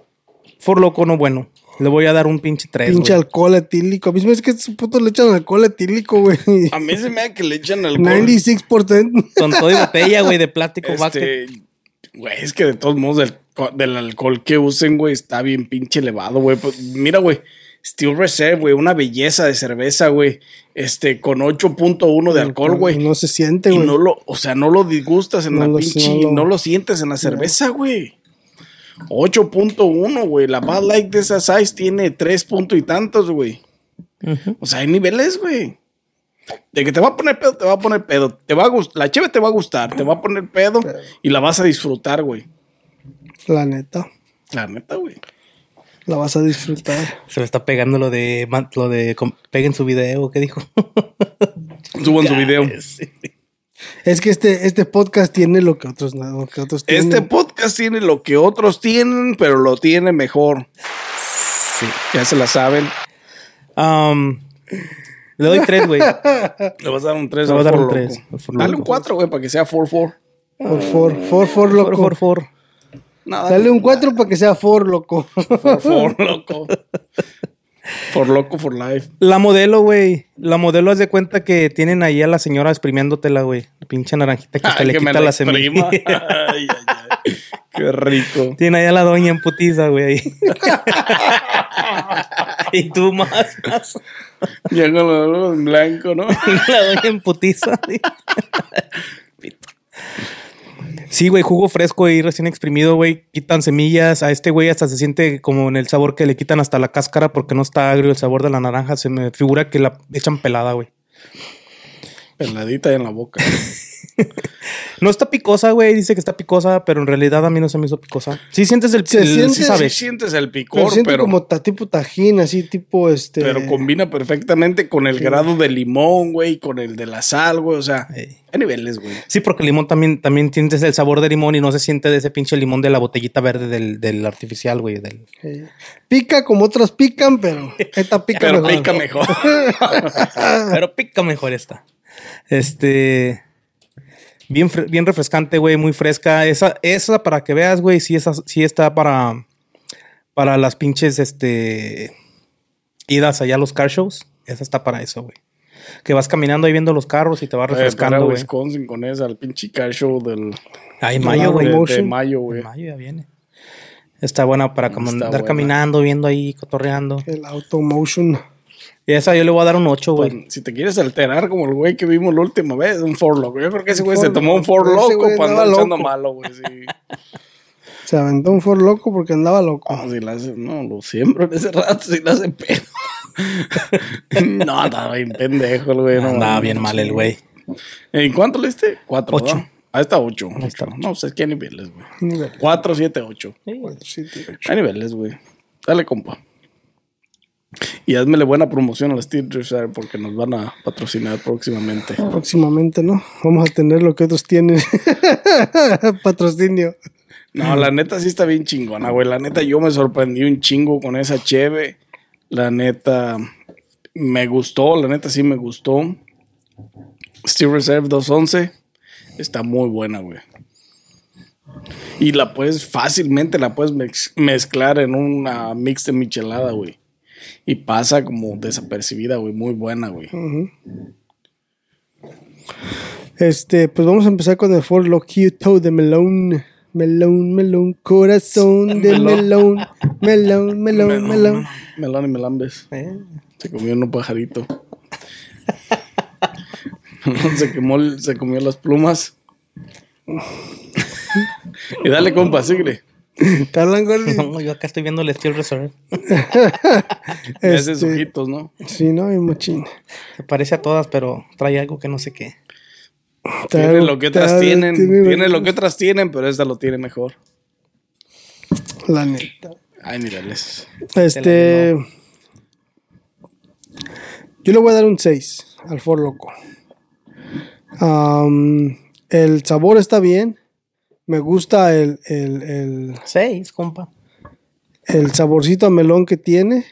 Speaker 2: For Loco no bueno. Le voy a dar un pinche 3,
Speaker 3: Pinche alcohol etílico. A mí se me hace que estos putos le echan alcohol etílico, güey.
Speaker 1: A mí se me da que le echan alcohol.
Speaker 3: 96%.
Speaker 2: Con todo y botella, güey, de plástico. bate.
Speaker 1: Este, güey, es que de todos modos del, co- del alcohol que usen, güey, está bien pinche elevado, güey. Pues, mira, güey, Steel Reserve, güey, una belleza de cerveza, güey. Este, con 8.1 de alcohol, güey.
Speaker 3: No se siente,
Speaker 1: y
Speaker 3: güey.
Speaker 1: no lo, o sea, no lo disgustas en
Speaker 3: No
Speaker 1: la
Speaker 3: lo-
Speaker 1: pinche,
Speaker 3: no
Speaker 1: no
Speaker 3: lo-
Speaker 1: lo, sientes en la cerveza, güey. 8.1, güey. La Bad Light de esas size tiene 3 puntos y tantos, güey. O sea, hay niveles, güey. De que te va a poner pedo, te va a poner pedo. Te va a gust- la cheve te va a gustar, te va a poner pedo y la vas a disfrutar, güey.
Speaker 3: La neta.
Speaker 1: La neta, güey.
Speaker 3: La vas a disfrutar.
Speaker 2: Se me está pegando lo de. man- Lo de com- peguen su video, ¿qué dijo?
Speaker 1: Suban su video. Este
Speaker 3: Es que este, este podcast tiene lo que otros, no- lo que otros tienen.
Speaker 1: Este podcast tiene lo que otros tienen, pero lo tiene mejor.
Speaker 2: Sí.
Speaker 1: Ya se la saben.
Speaker 2: Am, le doy 3, güey.
Speaker 1: Le vas a dar un 3
Speaker 2: Le
Speaker 1: al
Speaker 2: voy a dar
Speaker 1: Four
Speaker 2: un
Speaker 1: Loko.
Speaker 2: tres al Four
Speaker 1: Dale
Speaker 2: Loko.
Speaker 1: un 4, güey, para que sea 4-4.
Speaker 3: Por for, for, for, loco.
Speaker 2: Por, por, por.
Speaker 1: Nada.
Speaker 3: Dale un 4 para que sea for, loco.
Speaker 1: 4 loco. For loco for life.
Speaker 2: La modelo, güey. La modelo, haz de cuenta que tienen ahí a la señora exprimiéndotela, güey. La pinche naranjita que hasta
Speaker 1: Ay,
Speaker 2: le
Speaker 1: que me
Speaker 2: quita
Speaker 1: la
Speaker 2: la semilla.
Speaker 1: exprima. Ay, ay, ay. Qué rico.
Speaker 2: Tiene allá la doña en putiza, güey. ahí. y tú más, más.
Speaker 1: Ya con los ojos en blanco, ¿no?
Speaker 2: La doña en putiza. Pito. Sí, güey, jugo fresco y recién exprimido, güey. Quitan semillas. A este güey hasta se siente como en el sabor que le quitan hasta la cáscara porque no está agrio el sabor de la naranja. Se me figura que la echan pelada, güey.
Speaker 1: Peladita en la boca.
Speaker 2: No está picosa, güey. Dice que está picosa, pero en realidad a mí no se me hizo picosa. Sí sientes el...
Speaker 3: Se
Speaker 2: el-
Speaker 3: siente-
Speaker 2: sí sabes.
Speaker 1: Sí sientes el
Speaker 3: Pero
Speaker 1: picor,
Speaker 3: siento
Speaker 1: pero,
Speaker 3: como ta- tipo tajín, así tipo este.
Speaker 1: pero combina perfectamente con el grado de limón, güey, con el de la sal, güey. O sea,
Speaker 2: Ey.
Speaker 1: hay niveles, güey.
Speaker 2: Sí, porque el limón también, también sientes el sabor de limón y no se siente de ese pinche limón de la botellita verde del, del artificial, güey. Del...
Speaker 3: eh, pica como otras pican, pero esta pica
Speaker 1: Pero
Speaker 3: mejor.
Speaker 1: pica mejor.
Speaker 3: Ah.
Speaker 2: Pero pica mejor esta. Este. Bien, fre- bien refrescante, güey, muy fresca. Esa, esa para que veas, güey, sí, esa, sí está para, para las pinches este, idas allá a los car shows. Esa está para eso, güey. Que vas caminando ahí viendo los carros y te va
Speaker 1: Refrescar a
Speaker 2: refrescando, güey.
Speaker 1: Wisconsin con esa, al pinche car show del
Speaker 2: Ah, en
Speaker 3: Claro,
Speaker 2: mayo, güey.
Speaker 1: de- de,
Speaker 3: Motion.
Speaker 1: mayo,
Speaker 2: En
Speaker 1: güey.
Speaker 2: mayo ya viene. Está buena para cam-
Speaker 1: Está
Speaker 2: andar
Speaker 1: buena.
Speaker 2: caminando, viendo ahí, cotorreando.
Speaker 3: El automotion.
Speaker 2: Y esa yo le voy a dar un 8,
Speaker 1: Pues,
Speaker 2: güey.
Speaker 1: si te quieres alterar como el güey que vimos la última vez, un Four Loco. Yo creo que ese güey se
Speaker 3: Four
Speaker 1: tomó un
Speaker 3: Loko.
Speaker 1: Four
Speaker 3: Ese
Speaker 1: Loco
Speaker 3: güey
Speaker 1: para andar
Speaker 3: andaba
Speaker 1: echando
Speaker 3: loco.
Speaker 1: malo, güey. Sí.
Speaker 3: Se aventó un for loco porque andaba loco.
Speaker 1: No, Ah, si la hace, no, lo siembro en ese rato, si la hace pedo. no, andaba bien pendejo el güey. no
Speaker 2: Andaba
Speaker 1: mames.
Speaker 2: bien mal el güey.
Speaker 1: ¿En cuánto le diste? Cuatro.
Speaker 2: Ocho.
Speaker 1: ¿verdad? Ahí está ocho. ocho. No, pues es que hay niveles, güey.
Speaker 3: Nivel.
Speaker 1: Cuatro, siete, ocho.
Speaker 3: Sí, tío.
Speaker 1: Hay niveles, güey. Dale, compa. Y hazmele buena promoción al Steel Drift Sir, porque nos van a patrocinar próximamente.
Speaker 3: Próximamente, ¿no? Vamos a tener lo que otros tienen. Patrocinio.
Speaker 1: No, la neta sí está bien chingona, güey. La neta yo me sorprendí un chingo con esa cheve. La neta me gustó, la neta sí me gustó. Steel Reserve 211 está muy buena, güey. Y la puedes fácilmente, la puedes mez- mezclar en una mix de michelada, güey. Y pasa como desapercibida, güey. Muy buena, güey.
Speaker 3: Este, pues vamos a empezar con el Ford Loquito de Melón. Melón, melón, corazón de melón. Melón, melón, melón.
Speaker 1: Melón y melambes. Se comió un pajarito. se, quemó, el- se comió las plumas. y dale, compa, sigue.
Speaker 3: ¿Te hablan, Gordy?
Speaker 2: No, yo acá estoy viendo el Steel Reserve.
Speaker 1: Le haces
Speaker 3: Este-
Speaker 1: ojitos, ¿no?
Speaker 3: Sí, no, mi machín.
Speaker 2: Se parece a todas, pero trae algo que no sé qué.
Speaker 1: Tiene lo que otras
Speaker 3: Tal-
Speaker 1: tienen.
Speaker 3: tiene-
Speaker 1: Tiene lo que otras tienen, pero esta lo tiene mejor.
Speaker 3: La neta.
Speaker 1: Ay, mírales.
Speaker 3: Este. Yo le voy a dar un 6 al For Loco. Am, el sabor está bien. Me gusta el, el- el-
Speaker 2: Seis, compa.
Speaker 3: el saborcito a melón que tiene.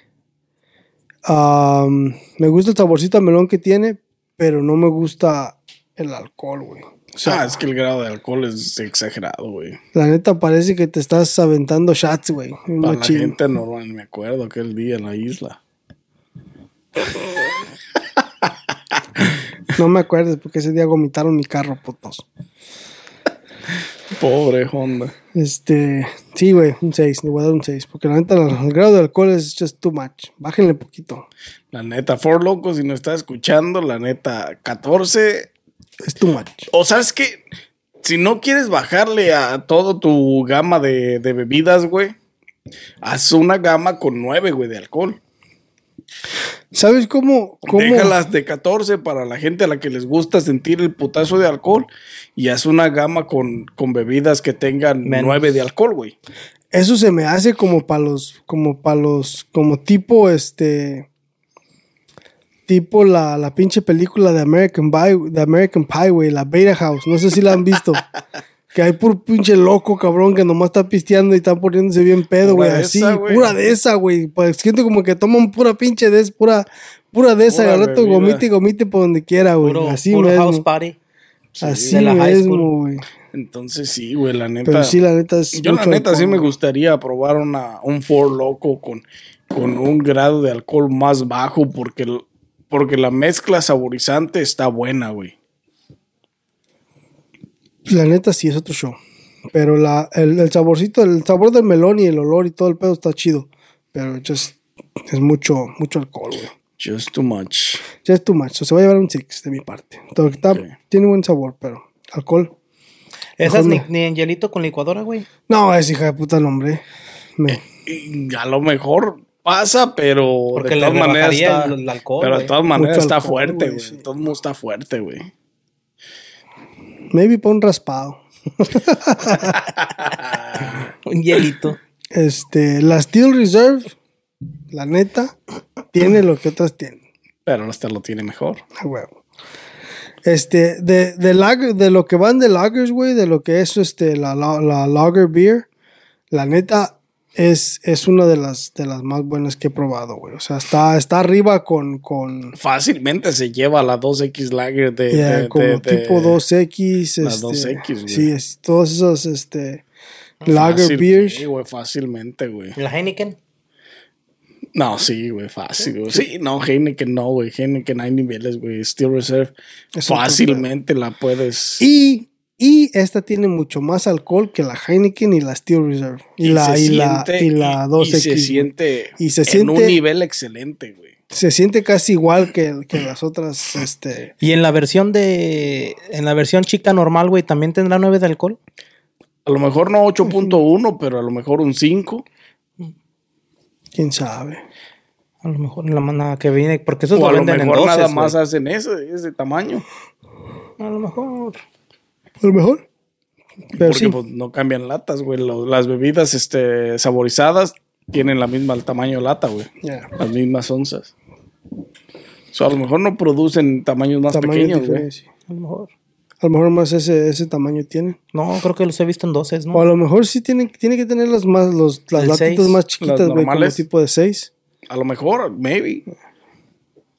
Speaker 3: Am, me gusta el saborcito a melón que tiene, pero no me gusta el alcohol, güey.
Speaker 1: O sea, es que el grado de alcohol es exagerado, güey.
Speaker 3: La neta parece que te estás aventando shots, güey. Un
Speaker 1: Para
Speaker 3: machín.
Speaker 1: la gente normal, me acuerdo aquel día en la isla.
Speaker 3: No me acuerdes porque ese día vomitaron mi carro, putos.
Speaker 1: Pobre Honda.
Speaker 3: Este, sí, güey, un 6, le voy a dar un 6, porque la neta el, el grado de alcohol es just too much. Bájenle poquito.
Speaker 1: La neta, For Loco, si no está escuchando, la neta, 14
Speaker 3: Es too much.
Speaker 1: O sabes que si no quieres bajarle a todo tu gama de, de bebidas, güey, haz una gama con 9, güey, de alcohol.
Speaker 3: ¿Sabes cómo cómo
Speaker 1: Déjalas de 14 para la gente a la que les gusta sentir el putazo de alcohol y haz una gama con, con bebidas que tengan
Speaker 2: Menos.
Speaker 1: 9 de alcohol, güey.
Speaker 3: eso se me hace como para los como para los como tipo este tipo la, la pinche película de American Pie, de American Pie, güey, la Beta House, no sé si la han visto. Que hay puro pinche loco, cabrón, que nomás está pisteando y está poniéndose bien pedo,
Speaker 1: Pura
Speaker 3: güey.
Speaker 1: de
Speaker 3: Así,
Speaker 1: esa, güey.
Speaker 3: pura de esa, güey. Pues siento como que toman pura pinche de es- pura, pura de esa. Y
Speaker 1: Pura
Speaker 3: al rato
Speaker 1: bebida.
Speaker 3: gomite y gomite por donde quiera, güey.
Speaker 2: Puro,
Speaker 3: Así
Speaker 2: puro house
Speaker 3: mismo.
Speaker 2: party.
Speaker 3: Así
Speaker 2: de la high
Speaker 3: mismo,
Speaker 2: school.
Speaker 3: güey.
Speaker 1: Entonces sí, güey, la neta.
Speaker 3: Pero sí, la neta es.
Speaker 1: Yo la
Speaker 3: mucho
Speaker 1: neta sí
Speaker 3: alcohol,
Speaker 1: me
Speaker 3: güey.
Speaker 1: gustaría probar una, un Ford Loco con, con un grado de alcohol más bajo porque, el- porque la mezcla saborizante está buena, güey.
Speaker 3: La neta Pues sí es otro show. Pero la, el, el saborcito, el sabor del melón y el olor y todo el pedo está chido. Pero just- es mucho, mucho alcohol, güey.
Speaker 1: Just too much.
Speaker 3: Ya es too much. So, se va a llevar un six de mi parte. Todo- está-
Speaker 1: Ok.
Speaker 3: Tiene buen sabor, pero alcohol.
Speaker 2: Esas ni,
Speaker 3: Mejor
Speaker 2: ni en hielito con licuadora, güey.
Speaker 3: No, es hija de puta el hombre. Me-
Speaker 1: Y a lo mejor pasa, pero
Speaker 2: Porque
Speaker 1: de
Speaker 2: le
Speaker 1: todas maneras
Speaker 2: rebajaría
Speaker 1: está,
Speaker 2: el- el alcohol,
Speaker 1: pero de
Speaker 2: güey.
Speaker 1: todas maneras
Speaker 3: Mucho
Speaker 1: está
Speaker 3: alcohol,
Speaker 1: fuerte,
Speaker 3: güey,
Speaker 1: güey.
Speaker 3: sí.
Speaker 1: De Todo el mundo está fuerte, güey.
Speaker 3: Maybe para un raspado.
Speaker 2: Un hielito.
Speaker 3: Este, la Steel Reserve, la neta, tiene lo que otras tienen.
Speaker 1: Pero hasta lo tiene mejor.
Speaker 3: A huevo. Este, de, de, lager- de lo que van de lagers, güey, de lo que es este, la, la, la lager beer, la neta es, es una de las, de las más buenas que he probado, güey. O sea, está, está arriba con, con
Speaker 1: Fácilmente se lleva la 2X Lager de.
Speaker 3: ya,
Speaker 1: de-
Speaker 3: como
Speaker 1: de- de-
Speaker 3: tipo 2X.
Speaker 1: las
Speaker 3: este,
Speaker 1: 2X, güey.
Speaker 3: Sí, es, todos esos este, lager
Speaker 1: fácil,
Speaker 3: beers.
Speaker 1: Sí, güey, fácilmente, güey.
Speaker 2: La Heineken.
Speaker 1: No, sí, güey, fácil, güey. Sí, no, Heineken no, güey. Heineken hay niveles, güey. Steel Reserve.
Speaker 3: Es otro
Speaker 1: fácilmente la puedes.
Speaker 3: Y, y esta tiene mucho más alcohol que la Heineken y la Steel Reserve. Y, la,
Speaker 1: se
Speaker 3: y, la,
Speaker 1: siente-
Speaker 3: y la
Speaker 1: y-
Speaker 3: 2X.
Speaker 1: Y se
Speaker 3: güey.
Speaker 1: siente.
Speaker 3: Y se
Speaker 1: en un
Speaker 3: siente-
Speaker 1: nivel excelente, güey.
Speaker 3: se siente casi igual que, que las otras, este,
Speaker 2: Y en la versión de. En la versión chica normal, güey, también tendrá 9 de alcohol.
Speaker 1: A lo mejor no 8.1, pero a lo mejor un 5.
Speaker 3: quién sabe.
Speaker 2: A lo mejor la manada que viene. Porque esos
Speaker 1: O
Speaker 2: lo
Speaker 1: a lo
Speaker 2: venden en
Speaker 1: mejor
Speaker 2: 12.
Speaker 1: nada más hacen ese, ese tamaño.
Speaker 2: A lo mejor.
Speaker 3: A lo mejor. Pero
Speaker 1: porque
Speaker 3: sí,
Speaker 1: pues, no cambian latas, güey. Lo- Las bebidas este, saborizadas tienen la misma el tamaño de lata, güey.
Speaker 3: ya,
Speaker 1: Las mismas onzas. O sea, a lo mejor no producen tamaños más
Speaker 3: tamaño
Speaker 1: pequeños, ¿eh? güey.
Speaker 3: diferencia.
Speaker 2: A lo mejor.
Speaker 3: A lo mejor más ese, ese tamaño tienen.
Speaker 2: No, creo que los he visto en 12,
Speaker 3: O a
Speaker 2: ¿no?
Speaker 3: lo mejor sí tienen, tiene que tener las más, los, las
Speaker 2: El
Speaker 3: latitas
Speaker 2: seis,
Speaker 3: más
Speaker 1: las
Speaker 3: chiquitas, güey, como
Speaker 1: normales.
Speaker 3: tipo de 6.
Speaker 1: A lo mejor, maybe.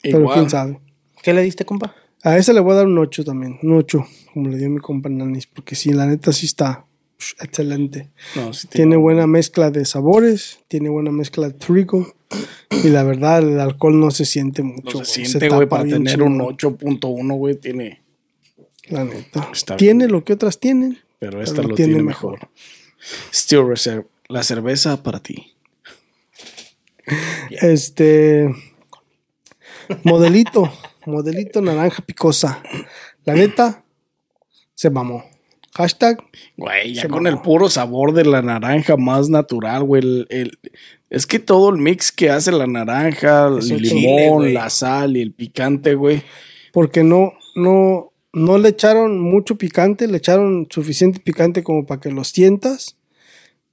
Speaker 3: Pero
Speaker 1: Igual.
Speaker 3: quién sabe.
Speaker 2: ¿Qué le diste, compa?
Speaker 3: A esa le voy a dar un 8 también, un 8, como le dio mi compa Nanis, porque sí, la neta sí está psh, excelente.
Speaker 1: No, sí tiene-
Speaker 3: Tiene buena mezcla de sabores, tiene buena mezcla de trigo. Y la verdad, el alcohol no se siente
Speaker 1: no
Speaker 3: mucho.
Speaker 1: se
Speaker 3: güey.
Speaker 1: siente, güey,
Speaker 3: tapa
Speaker 1: para
Speaker 3: bien
Speaker 1: tener
Speaker 3: chingón,
Speaker 1: un 8.1, güey, tiene.
Speaker 3: La neta.
Speaker 1: Está
Speaker 3: tiene
Speaker 1: bien.
Speaker 3: lo que otras tienen.
Speaker 1: Pero esta lo tiene mejor. Steel Reserve, la cerveza para ti.
Speaker 3: Este. Modelito. modelito naranja picosa. La neta, se mamó. Hashtag.
Speaker 1: Güey, ya
Speaker 3: Se
Speaker 1: con
Speaker 3: mamó.
Speaker 1: el puro sabor de la naranja más natural, güey. el- el- es que todo el mix que hace la naranja, el
Speaker 2: Eso chile,
Speaker 1: limón,
Speaker 2: güey.
Speaker 1: la sal y el picante, güey.
Speaker 3: Porque no, no, no le echaron mucho picante, le echaron suficiente picante como para que lo sientas.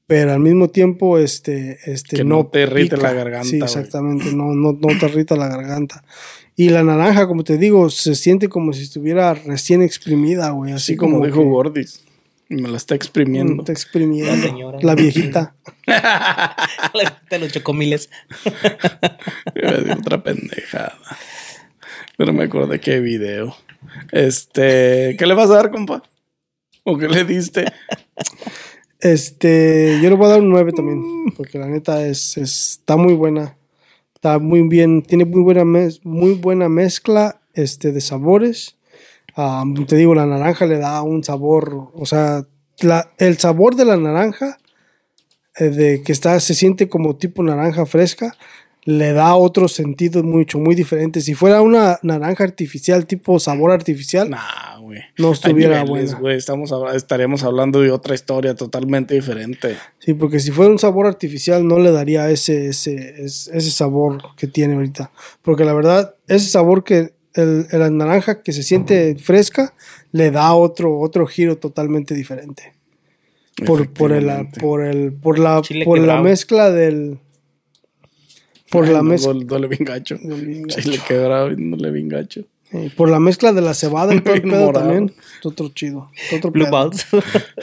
Speaker 3: Pero al mismo tiempo, este, este
Speaker 1: Que no te irrite la garganta,
Speaker 3: Sí,
Speaker 1: güey.
Speaker 3: exactamente, no, no, no te irrita la garganta. Y la naranja, como te digo, se siente como si estuviera recién exprimida, güey. Así
Speaker 1: Así como, dijo
Speaker 3: que-
Speaker 1: Gordis. Me la está exprimiendo.
Speaker 3: Está exprimiendo.
Speaker 2: La señora.
Speaker 3: La viejita.
Speaker 2: Te Ah, los chocomiles.
Speaker 1: Iba a decir otra pendejada. Pero me acordé que video. Este, ¿qué le vas a dar, compa? ¿O qué le diste?
Speaker 3: Este, yo le voy a dar un 9 también, porque la neta es, es- está muy buena. Está muy bien, tiene muy buena, mez- muy buena mezcla este, de sabores. Ah, te digo, la naranja le da un sabor, o sea, la- el sabor de la naranja, eh, de que está, se siente como tipo naranja fresca, le da otro sentido mucho, muy diferente. Si fuera una naranja artificial, tipo sabor artificial,
Speaker 1: Nah, güey.
Speaker 3: No
Speaker 1: Hay
Speaker 3: estuviera
Speaker 1: niveles,
Speaker 3: buena.
Speaker 1: güey. Estamos habla- estaríamos hablando de otra historia totalmente diferente.
Speaker 3: Sí, porque si fuera un sabor artificial no le daría ese, ese, es- ese sabor que tiene ahorita. Porque la verdad, ese sabor que el, la naranja que se siente fresca le da otro, otro giro totalmente diferente. Por, por, el,
Speaker 1: Efectivamente.
Speaker 3: por, el, por la,
Speaker 2: Chile
Speaker 3: por la
Speaker 2: quebrado.
Speaker 3: mezcla del... Por
Speaker 1: Ay,
Speaker 3: la
Speaker 1: no,
Speaker 3: mezcla...
Speaker 1: duele- Duele bien gacho.
Speaker 3: Duele bien
Speaker 1: Sí, le quebraba bien, duele bien gacho.
Speaker 3: eh, Por la mezcla de la cebada y todo el
Speaker 1: Bien
Speaker 3: pedo
Speaker 1: morado.
Speaker 3: también. Es otro chido. es otro
Speaker 2: Blue
Speaker 3: pedo.
Speaker 2: Balls.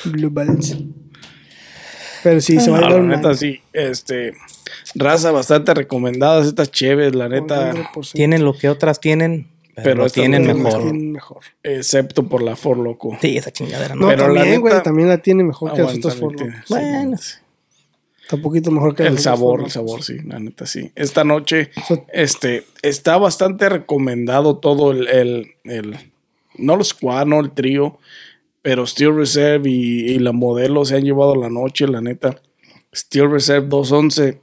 Speaker 3: Blue Balls. Pero sí, se va a
Speaker 1: Ah, No,
Speaker 3: llevar
Speaker 1: la
Speaker 3: una-
Speaker 1: neta, sí. Este, raza bastante recomendadas estas chéves, la neta.
Speaker 3: 100%.
Speaker 2: tienen lo que otras tienen, pero,
Speaker 1: Pero
Speaker 2: lo
Speaker 1: estas
Speaker 2: tienen
Speaker 1: no
Speaker 3: Tienen-
Speaker 2: mejor.
Speaker 3: tienen mejor.
Speaker 1: Excepto por la For Loco.
Speaker 2: Sí, esa chingadera, ¿no?
Speaker 3: No,
Speaker 1: Pero la
Speaker 3: también, güey,
Speaker 1: neta-
Speaker 3: también la tiene mejor que las
Speaker 1: Aguanta,
Speaker 3: otras Ford
Speaker 1: tiene-
Speaker 3: Locos.
Speaker 1: sí,
Speaker 2: Bueno.
Speaker 3: Está un poquito mejor que las
Speaker 1: El
Speaker 3: otras
Speaker 1: sabor,
Speaker 3: Ford
Speaker 1: el
Speaker 3: Locos.
Speaker 1: sabor, sí, la neta, sí. Esta noche,
Speaker 3: So-
Speaker 1: este, está bastante recomendado todo el, el, el- no el squad, no el trío, Pero Steel Reserve y, y la modelo se han llevado la noche, la neta. Steel Reserve 211,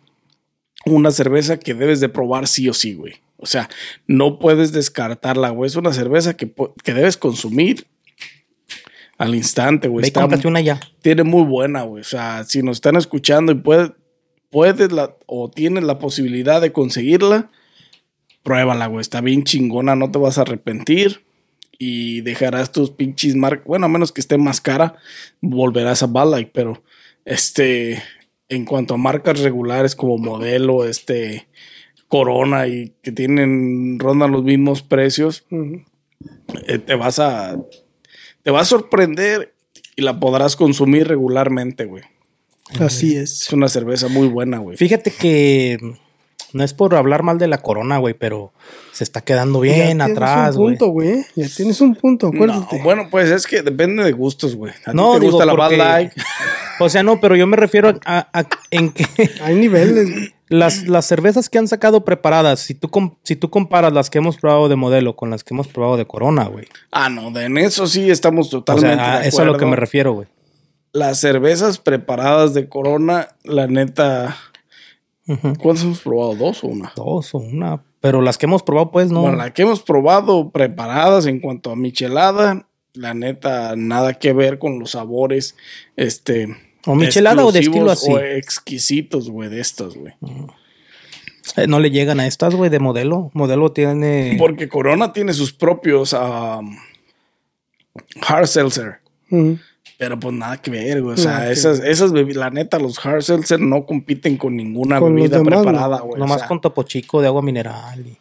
Speaker 1: una cerveza que debes de probar sí o sí, güey. O sea, no puedes descartarla, güey. Es una cerveza que, po- que debes consumir al instante, güey.
Speaker 2: Ve y
Speaker 1: Está-
Speaker 2: cómprate una ya.
Speaker 1: tiene muy buena, güey. O sea, si nos están escuchando y puedes, puedes la, o tienes la posibilidad de conseguirla, pruébala, güey. Está bien chingona, no te vas a arrepentir. Y dejarás tus pinches marcas. Bueno, a menos que esté más cara, volverás a Bad Light, pero este. En cuanto a marcas regulares como modelo, este. Corona y que tienen, rondan los mismos precios,
Speaker 3: Ujú.
Speaker 1: eh, te vas a te va a sorprender y la podrás consumir regularmente, güey.
Speaker 3: Así
Speaker 1: Es
Speaker 3: es.
Speaker 1: una cerveza muy buena, güey.
Speaker 2: Fíjate que no es por hablar mal de la corona, güey, pero se está quedando
Speaker 3: Ya
Speaker 2: bien
Speaker 3: tienes
Speaker 2: atrás,
Speaker 3: un
Speaker 2: güey.
Speaker 3: punto, güey. Ya tienes un punto, acuérdate.
Speaker 1: No, bueno, pues es que depende de gustos, güey. A ti
Speaker 2: No,
Speaker 1: te
Speaker 2: digo,
Speaker 1: gusta la
Speaker 2: porque-
Speaker 1: Bad Light.
Speaker 2: O sea, no, pero yo me refiero a, a- a- en que
Speaker 3: Hay niveles. güey.
Speaker 2: las, las cervezas que han sacado preparadas, si tú, com- si tú comparas las que hemos probado de modelo con las que hemos probado de corona, güey.
Speaker 1: Ah, no, de- en eso sí estamos
Speaker 2: O
Speaker 1: totalmente
Speaker 2: sea, a-
Speaker 1: de
Speaker 2: eso es a lo que
Speaker 1: acuerdo.
Speaker 2: me refiero, güey.
Speaker 1: Las cervezas preparadas de Corona, la neta.
Speaker 2: Ujú.
Speaker 1: ¿Cuántas hemos probado? ¿Dos o una?
Speaker 2: Dos o una. Pero las que hemos probado, pues no.
Speaker 1: Bueno, la que hemos probado preparadas en cuanto a michelada, la neta, nada que ver con los sabores, este...
Speaker 2: ¿O michelada o de estilo
Speaker 1: exclusivos
Speaker 2: así?
Speaker 1: O exquisitos, güey, de estos, güey.
Speaker 2: Eh, no le llegan a estas, güey, de modelo. Modelo tiene.
Speaker 1: Porque Corona tiene sus propios am, hard seltzer.
Speaker 3: Ujú.
Speaker 1: Pero pues nada que ver, güey. O
Speaker 3: Nada
Speaker 2: Ah,
Speaker 1: sea,
Speaker 3: que
Speaker 1: esas, esas bebidas, la neta, los hard seltzer no compiten con ninguna
Speaker 3: Con los
Speaker 1: bebida
Speaker 3: demás,
Speaker 1: preparada, güey. O
Speaker 2: nomás
Speaker 1: sea,
Speaker 2: con topo chico de agua mineral. y-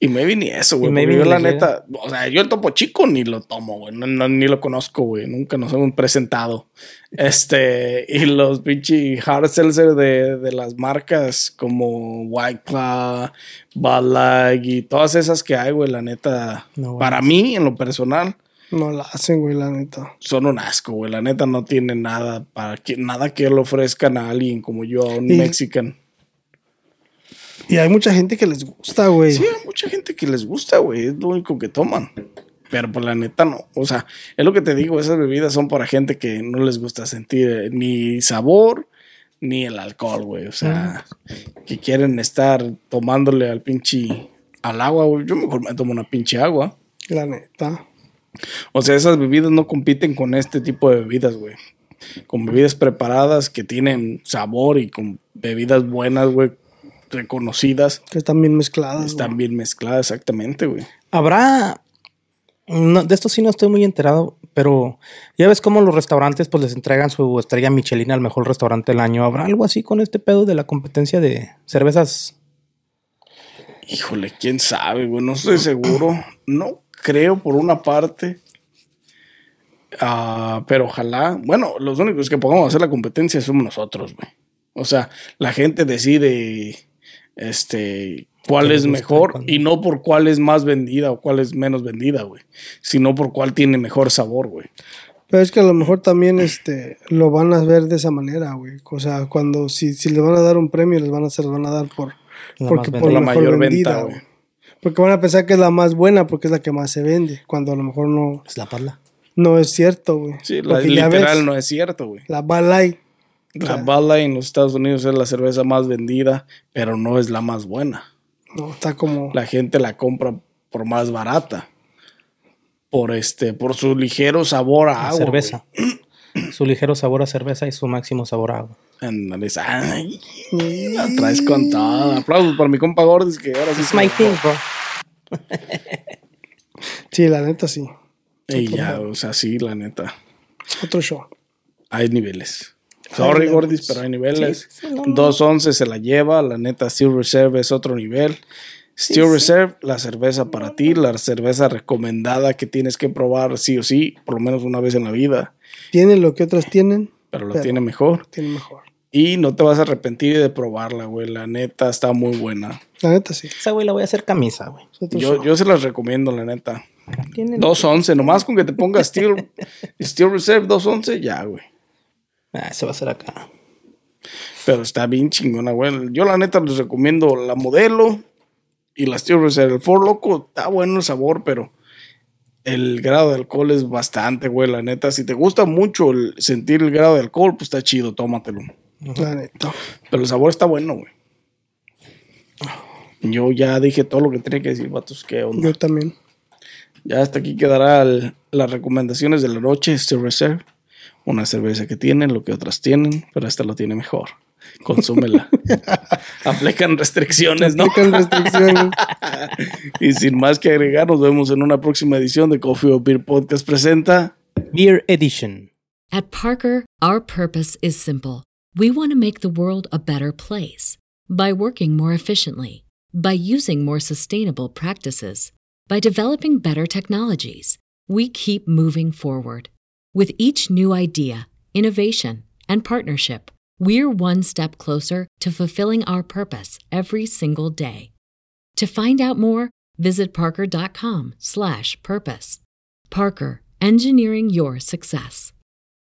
Speaker 1: Y maybe ni eso, güey.
Speaker 2: Y
Speaker 1: porque
Speaker 2: maybe
Speaker 1: Yo
Speaker 2: ni
Speaker 1: la
Speaker 2: le
Speaker 1: neta, o sea, yo el topo chico ni lo tomo, güey. no- no, ni lo conozco, güey. Nunca nos hemos presentado. Este, y los pinche hard seltzer de, de las marcas como White Claw, Bud Light y todas esas que hay, güey, la neta.
Speaker 2: No, güey.
Speaker 1: para mí, en lo personal,
Speaker 3: No la hacen, güey, la neta.
Speaker 1: son un asco, güey. La neta no tiene nada para que, nada que le ofrezcan a alguien como yo, a un
Speaker 3: Y-
Speaker 1: mexican.
Speaker 3: Y hay mucha gente que les gusta, güey.
Speaker 1: Sí, hay mucha gente que les gusta, güey. Es lo único que toman. Pero por la neta no. O sea, es lo que te digo, esas bebidas son para gente que no les gusta sentir eh, ni sabor ni el alcohol, güey. O sea, que quieren estar tomándole al pinche al agua, güey. Yo mejor me tomo una pinche agua.
Speaker 3: La neta.
Speaker 1: O sea, esas bebidas no compiten con este tipo de bebidas, güey. Con bebidas preparadas que tienen sabor y con bebidas buenas, güey, reconocidas.
Speaker 3: Que están bien mezcladas.
Speaker 1: Están bien mezcladas, exactamente, güey.
Speaker 2: Habrá. no, de esto sí no estoy muy enterado, pero ya ves cómo los restaurantes pues les entregan su estrella Michelin al mejor restaurante del año. ¿Habrá algo así con este pedo de la competencia de cervezas?
Speaker 1: Híjole, quién sabe, güey. No estoy seguro. No creo por una parte. Ah, pero ojalá. Bueno, los únicos que podemos hacer la competencia somos nosotros, güey. O sea, la gente decide este cuál
Speaker 2: ¿Qué le
Speaker 1: es
Speaker 2: gusta y
Speaker 1: mejor
Speaker 2: cuál no?
Speaker 1: y no por cuál es más vendida o cuál es menos vendida, güey. Sino por cuál tiene mejor sabor, güey.
Speaker 3: Pero es que a lo mejor también este lo van a ver de esa manera, güey. O sea, cuando si, si les van a dar un premio, les van a, se los van a dar por,
Speaker 2: La
Speaker 3: porque
Speaker 2: más
Speaker 3: por
Speaker 1: La
Speaker 3: la
Speaker 2: vendida.
Speaker 3: mayor
Speaker 1: mayor
Speaker 3: vendida,
Speaker 1: venta,
Speaker 3: güey.
Speaker 1: güey.
Speaker 3: Porque van a pensar que es la más buena porque es la que más se vende, cuando a lo mejor no,
Speaker 2: Es Pues la parla.
Speaker 3: no es cierto, güey.
Speaker 1: Sí, la,
Speaker 3: Porque ya
Speaker 1: literal
Speaker 3: ves,
Speaker 1: no es cierto, güey.
Speaker 3: La Bud Light,
Speaker 1: La Bud Light en los Estados Unidos es la cerveza más vendida, pero no es la más buena.
Speaker 3: no, está como...
Speaker 1: la gente la compra por más barata. Por este, por su ligero sabor a
Speaker 2: La
Speaker 1: agua.
Speaker 2: cerveza. su ligero sabor a cerveza y su máximo sabor a agua.
Speaker 1: güey. Ándale, ay, la traes con todo. Aplausos para mi compa Gordis que ahora sí se la-
Speaker 3: Sí, la neta sí.
Speaker 1: Ey, ya, o sea, sí, la neta.
Speaker 3: Otro show.
Speaker 1: Hay niveles. Sorry,
Speaker 3: Ay,
Speaker 1: Gordis, pero hay niveles. 2.11 se la lleva, la neta Steel Reserve es otro nivel. Steel Reserve, la cerveza para ti, la cerveza recomendada que tienes que probar sí o sí, por lo menos una vez en la vida,
Speaker 3: Tienen lo que otras tienen,
Speaker 1: pero la
Speaker 3: Pero-
Speaker 1: tiene mejor.
Speaker 3: tienen mejor.
Speaker 1: Y no te vas a arrepentir de probarla, güey. La neta está muy buena.
Speaker 3: La neta sí.
Speaker 2: Esa güey la voy a hacer camisa, güey.
Speaker 3: es otro
Speaker 1: Yo,
Speaker 3: show.
Speaker 1: yo se las recomiendo, la neta. 2.11, nomás con que te pongas Steel, Steel Reserve 2.11, ya, güey.
Speaker 2: Ah, se va a hacer acá.
Speaker 1: Pero está bien chingona, güey. Yo, la neta, les recomiendo la modelo y la Steel Reserve. El Ford Loco está bueno el sabor, pero el grado de alcohol es bastante, güey, la neta. Si te gusta mucho el sentir el grado de alcohol, pues está chido, tómatelo.
Speaker 3: La neta.
Speaker 1: Pero el sabor está bueno, güey. Yo ya dije todo lo que tenía que decir, vatos, qué onda.
Speaker 3: Yo también.
Speaker 1: Ya hasta aquí quedará el- las recomendaciones de la noche, este Reserve. Una cerveza que tienen, lo que otras tienen, pero esta lo tiene mejor. Consúmela. Aplican restricciones, ¿no?
Speaker 3: Aplican restricciones.
Speaker 1: Y sin más que agregar, nos vemos en una próxima edición de Coffee or Beer Podcast presenta.
Speaker 2: Beer Edition.
Speaker 4: At Parker, our purpose is simple. We want to make the world a better place by working more efficiently, by using more sustainable practices, by developing better technologies. We keep moving forward. With each new idea, innovation, and partnership, we're one step closer to fulfilling our purpose every single day. To find out more, visit parker.com/purpose. Parker, engineering your success.